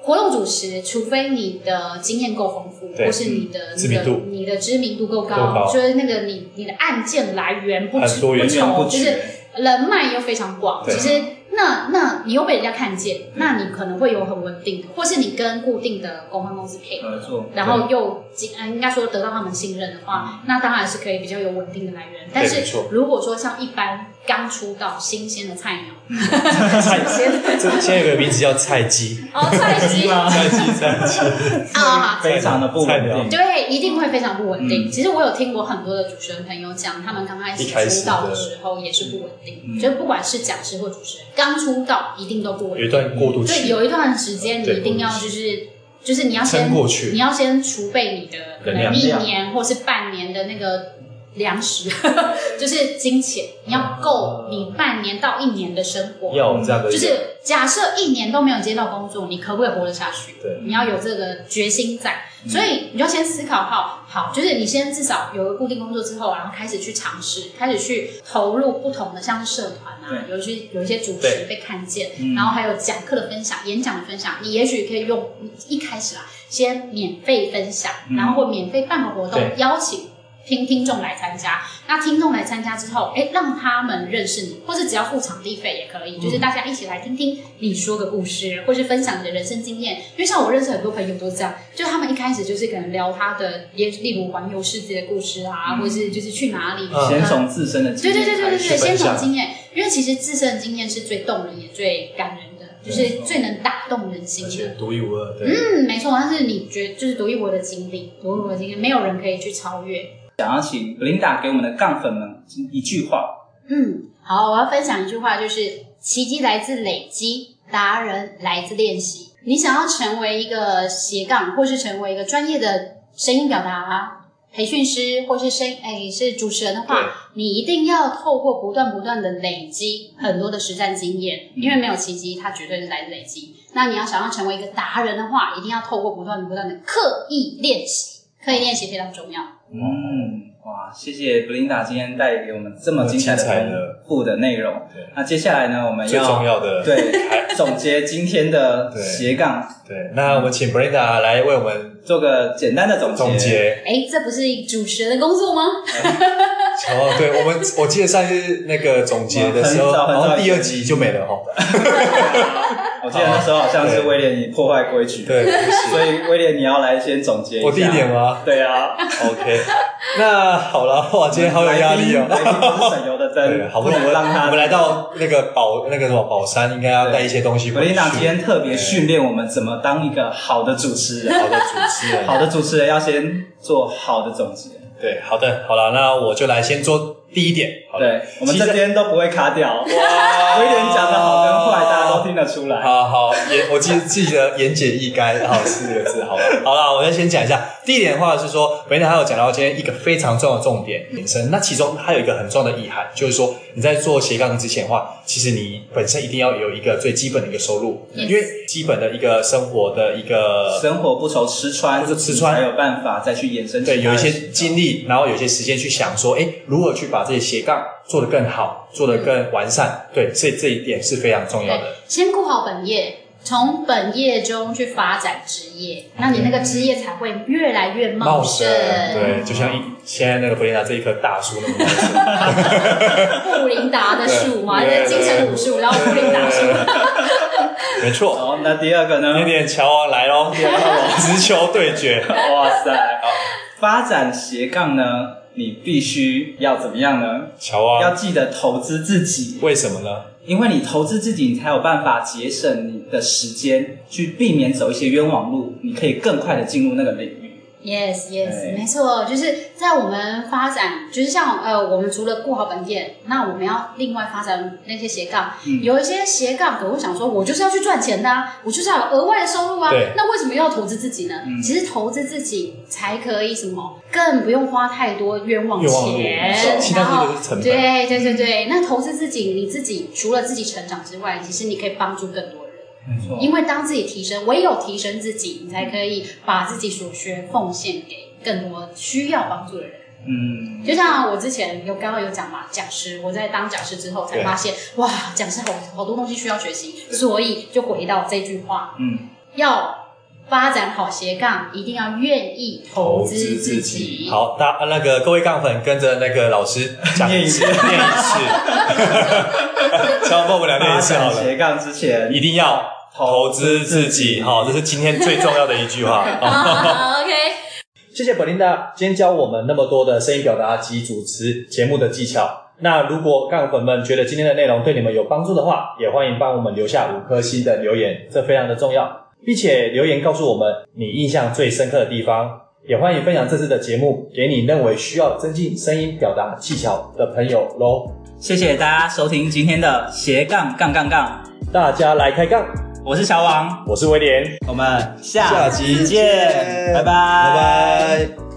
[SPEAKER 3] 活动主持，除非你的经验够丰富，
[SPEAKER 2] 对
[SPEAKER 3] 或是你的
[SPEAKER 2] 知
[SPEAKER 3] 那
[SPEAKER 2] 名
[SPEAKER 3] 个
[SPEAKER 2] 度
[SPEAKER 3] 你的知名度够高，
[SPEAKER 2] 够高
[SPEAKER 3] 就是那个你你的案件来源不
[SPEAKER 2] 很
[SPEAKER 3] 止
[SPEAKER 2] 多
[SPEAKER 3] 不
[SPEAKER 2] 源
[SPEAKER 1] 源
[SPEAKER 3] 愁，
[SPEAKER 1] 不
[SPEAKER 3] 就
[SPEAKER 1] 绝
[SPEAKER 3] 是人脉又非常广。
[SPEAKER 2] 对
[SPEAKER 3] 其实那那你又被人家看见，那你可能会有很稳定的，或是你跟固定的公关公司配合。
[SPEAKER 1] 合作，
[SPEAKER 3] 然后又经呃应该说得到他们信任的话，那当然是可以比较有稳定的来源。但
[SPEAKER 2] 嗯没
[SPEAKER 3] 是
[SPEAKER 2] 错
[SPEAKER 3] 如果说像一般刚出道新鲜的菜鸟，
[SPEAKER 2] 菜
[SPEAKER 3] 新鲜的
[SPEAKER 2] 这现在有个名字叫菜鸡，
[SPEAKER 3] 哦菜 鸡 啊，
[SPEAKER 2] 菜鸡菜鸡，
[SPEAKER 3] 好
[SPEAKER 1] 非常的不
[SPEAKER 2] 菜鸟
[SPEAKER 1] 稳定。
[SPEAKER 3] 对，一啊定会非常不稳定。
[SPEAKER 1] 嗯
[SPEAKER 3] 其实我有听过很多的主持人朋友讲，他们刚开始
[SPEAKER 2] 一开始
[SPEAKER 3] 出道的
[SPEAKER 2] 的
[SPEAKER 3] 时候也是不稳定，
[SPEAKER 1] 嗯
[SPEAKER 3] 就是不管是讲师或主持人，刚出道一定都不稳
[SPEAKER 2] 有一
[SPEAKER 3] 定。
[SPEAKER 2] 段过渡
[SPEAKER 3] 对，
[SPEAKER 2] 期，
[SPEAKER 3] 有一段时间你
[SPEAKER 2] 对
[SPEAKER 3] 一定要
[SPEAKER 2] 过渡
[SPEAKER 3] 就是就是你要先
[SPEAKER 2] 撑过
[SPEAKER 3] 你
[SPEAKER 2] 去，
[SPEAKER 3] 要先储备你的可能
[SPEAKER 2] 能
[SPEAKER 3] 一
[SPEAKER 1] 量
[SPEAKER 3] 年或是半年的那个粮食， 就是金钱，你要够你半年到一年的生活。
[SPEAKER 2] 嗯要有这样的一
[SPEAKER 3] 就
[SPEAKER 2] 个，
[SPEAKER 3] 是假设一年都没有接到工作，你可不可以活得下去？
[SPEAKER 2] 对嗯
[SPEAKER 3] 你要有这个决心在，所以你就先思考好，好，就是你先至少有个固定工作之后，然后开始去尝试，开始去投入不同的，像是社团啊，有一些有一些主持
[SPEAKER 2] 对
[SPEAKER 3] 被看见，
[SPEAKER 1] 嗯
[SPEAKER 3] 然后还有讲课的分享、演讲的分享，你也许可以用你一开始啊，先免费分享，
[SPEAKER 1] 嗯
[SPEAKER 3] 然后或免费办个活动
[SPEAKER 2] 对，
[SPEAKER 3] 邀请。听听众来参加，那听众来参加之后，哎，让他们认识你，或是只要付场地费也可以，就是大家一起来听听你说个故事，或是分享你的人生经验。因为像我认识很多朋友都是这样，就是他们一开始就是可能聊他的，例例如环游世界的故事啊，
[SPEAKER 1] 嗯
[SPEAKER 3] 或是就是去哪里，啊
[SPEAKER 2] 嗯
[SPEAKER 1] 先从自身的经
[SPEAKER 3] 对对
[SPEAKER 1] 验
[SPEAKER 3] 对对
[SPEAKER 1] 开
[SPEAKER 3] 对
[SPEAKER 1] 始
[SPEAKER 3] 对，先
[SPEAKER 2] 分
[SPEAKER 3] 从
[SPEAKER 2] 享
[SPEAKER 3] 经验，因为其实自身的经验是最动人也最感人的，就是最能打动人心
[SPEAKER 2] 而
[SPEAKER 3] 的
[SPEAKER 2] 且。独一无二，对。
[SPEAKER 3] 嗯，没错，但是你觉就是独一无二的经历，独一无二的经历，没有人可以去超越。
[SPEAKER 1] 想要请 Belinda 给我们的杠粉们一句话，
[SPEAKER 3] 嗯，好，我要分享一句话，就是奇迹来自累积，达人来自练习。你想要成为一个斜杠，或是成为一个专业的声音表达啊培训师，或是声哎是主持人的
[SPEAKER 2] 对
[SPEAKER 3] 话，你一定要透过不断不断的累积很多的实战经验，因为没有奇迹，它绝对是来自累积。那你要想要成为一个达人的话，一定要透过不断不断的刻意练习，刻意练习非常重要。
[SPEAKER 1] 嗯，哇，谢谢 Belinda 今天带给我们这么精彩的
[SPEAKER 2] 精彩
[SPEAKER 1] 丰
[SPEAKER 2] 的
[SPEAKER 1] 富的内容
[SPEAKER 2] 对。
[SPEAKER 1] 那接下来呢，我们
[SPEAKER 2] 最重
[SPEAKER 1] 要
[SPEAKER 2] 要的，
[SPEAKER 1] 对总结今天的
[SPEAKER 2] 对
[SPEAKER 1] 斜杠，
[SPEAKER 2] 对，那我们请 Brenda 来为我们
[SPEAKER 1] 做个简单的总结。
[SPEAKER 2] 总结。
[SPEAKER 3] 哎，这不是主持人的工作吗？
[SPEAKER 2] 哦，对，我们我记得上次那个总结的时
[SPEAKER 1] 我们很
[SPEAKER 2] 候，
[SPEAKER 1] 早很早
[SPEAKER 2] 好像第二集就没了哦。
[SPEAKER 1] 我记得那时候好像是威廉你破坏规矩，
[SPEAKER 2] 对，对不起
[SPEAKER 1] 所以威廉你要来先总结一下。
[SPEAKER 2] 我第一点？吗
[SPEAKER 1] 对啊，
[SPEAKER 2] ？OK，那好了，哇，今天好有压力
[SPEAKER 1] 来宾来宾
[SPEAKER 2] 哦。
[SPEAKER 1] 不是省油的
[SPEAKER 2] 对，
[SPEAKER 1] 灯，
[SPEAKER 2] 好不
[SPEAKER 1] 不
[SPEAKER 2] 容易
[SPEAKER 1] 能让他
[SPEAKER 2] 我们来到那个宝那个什么宝山，应该要带一些东西
[SPEAKER 1] 格
[SPEAKER 2] 回
[SPEAKER 1] 琳
[SPEAKER 2] 去。
[SPEAKER 1] 达今天特别训练我们怎么当一个好的主持 人。
[SPEAKER 2] 好的主持人，
[SPEAKER 1] 好的主持人要先做好的总结。
[SPEAKER 2] 对，好的，好了，那我就来先做第一点。好的
[SPEAKER 1] 对，我们
[SPEAKER 2] 其实
[SPEAKER 1] 这边都不会卡掉。威
[SPEAKER 2] 哇
[SPEAKER 1] 廉讲的好跟坏，大家都听得出来。
[SPEAKER 2] 好好，言我记记得言简意赅，好四个字，好了，好了，我们先讲一下。第一点的话是说，梅娜还有讲到今天一个非常重要的重点延伸，那其中它有一个很重要的意涵，就是说你在做斜杠之前的话，其实你本身一定要有一个最基本的一个收入，
[SPEAKER 3] Yes
[SPEAKER 2] 因为基本的一个生活的一个
[SPEAKER 1] 生活不愁吃穿，
[SPEAKER 2] 不愁吃穿
[SPEAKER 1] 才有办法再去延伸其他的
[SPEAKER 2] 对，有一些
[SPEAKER 1] 事情
[SPEAKER 2] 精力，然后有一些时间去想说，哎，如何去把这些斜杠做得更好，做得更完善。对，所以这一点是非常重要的。
[SPEAKER 3] 先顾好本业，从本业中去发展职业，那你那个职业才会越来越茂盛。
[SPEAKER 2] 对，就像一现在那个布琳达这一棵大树那么茂盛。
[SPEAKER 3] 布林达的树嘛，
[SPEAKER 2] 对对
[SPEAKER 3] 那金城武术，然后布林达树，
[SPEAKER 2] 没错，
[SPEAKER 1] 好，那第二个呢
[SPEAKER 2] 有？点乔王来喽，直球对决。
[SPEAKER 1] 哇塞，好发展斜杠呢，你必须要怎么样呢？
[SPEAKER 2] 乔
[SPEAKER 1] 要
[SPEAKER 2] 王，
[SPEAKER 1] 记得投资自己，
[SPEAKER 2] 为什么呢？
[SPEAKER 1] 因为你投资自己，你才有办法节省你的时间，去避免走一些冤枉路，你可以更快的进入那个领域。
[SPEAKER 3] Yes, yes，
[SPEAKER 1] 对
[SPEAKER 3] 没错，就是在我们发展，就是像呃，我们除了顾好本业，那我们要另外发展那些斜杠。
[SPEAKER 1] 嗯
[SPEAKER 3] 有一些斜杠，可能会想说，我就是要去赚钱的、啊，我就是要有额外的收入啊
[SPEAKER 2] 对。
[SPEAKER 3] 那为什么又要投资自己呢？
[SPEAKER 1] 嗯
[SPEAKER 3] 其实投资自己才可以什么，更不用花太多冤枉
[SPEAKER 2] 愿望路
[SPEAKER 3] 钱，，
[SPEAKER 2] 其
[SPEAKER 3] 然
[SPEAKER 2] 他
[SPEAKER 3] 后
[SPEAKER 2] 这个是成本。
[SPEAKER 3] 对对对对，那投资自己，你自己除了自己成长之外，其实你可以帮助更多人。
[SPEAKER 1] 没错
[SPEAKER 3] 因为当自己提升，唯有提升自己，你才可以把自己所学奉献给更多需要帮助的人。
[SPEAKER 1] 嗯，
[SPEAKER 3] 就像我之前有刚刚有讲嘛，讲师，我在当讲师之后才
[SPEAKER 2] 对
[SPEAKER 3] 发现，哇，讲师好好多东西需要学习，所以就回到这句话，
[SPEAKER 1] 嗯，
[SPEAKER 3] 要发展好斜杠，一定要愿意投资自己。
[SPEAKER 2] 好，大那个各位杠粉跟着那个老师讲
[SPEAKER 1] 念一次
[SPEAKER 2] 念一次，小帮我们俩念一次好了，
[SPEAKER 1] 斜杠之前
[SPEAKER 2] 一定要投资自己。好，这是今天最重要的一句话。好
[SPEAKER 3] 好 OK，
[SPEAKER 2] 谢谢 Belinda 今天教我们那么多的声音表达及主持节目的技巧。那如果杠粉们觉得今天的内容对你们有帮助的话，也欢迎帮我们留下五颗星的留言，这非常的重要，并且留言告诉我们你印象最深刻的地方。也欢迎分享这次的节目给你认为需要增进声音表达技巧的朋友喽。
[SPEAKER 1] 谢谢大家收听今天的斜杠杠杠杠，
[SPEAKER 2] 大家来开杠，
[SPEAKER 1] 我是小王，
[SPEAKER 2] 我是威廉，
[SPEAKER 1] 我们下
[SPEAKER 2] 下集
[SPEAKER 1] 集见，拜拜
[SPEAKER 2] 拜拜。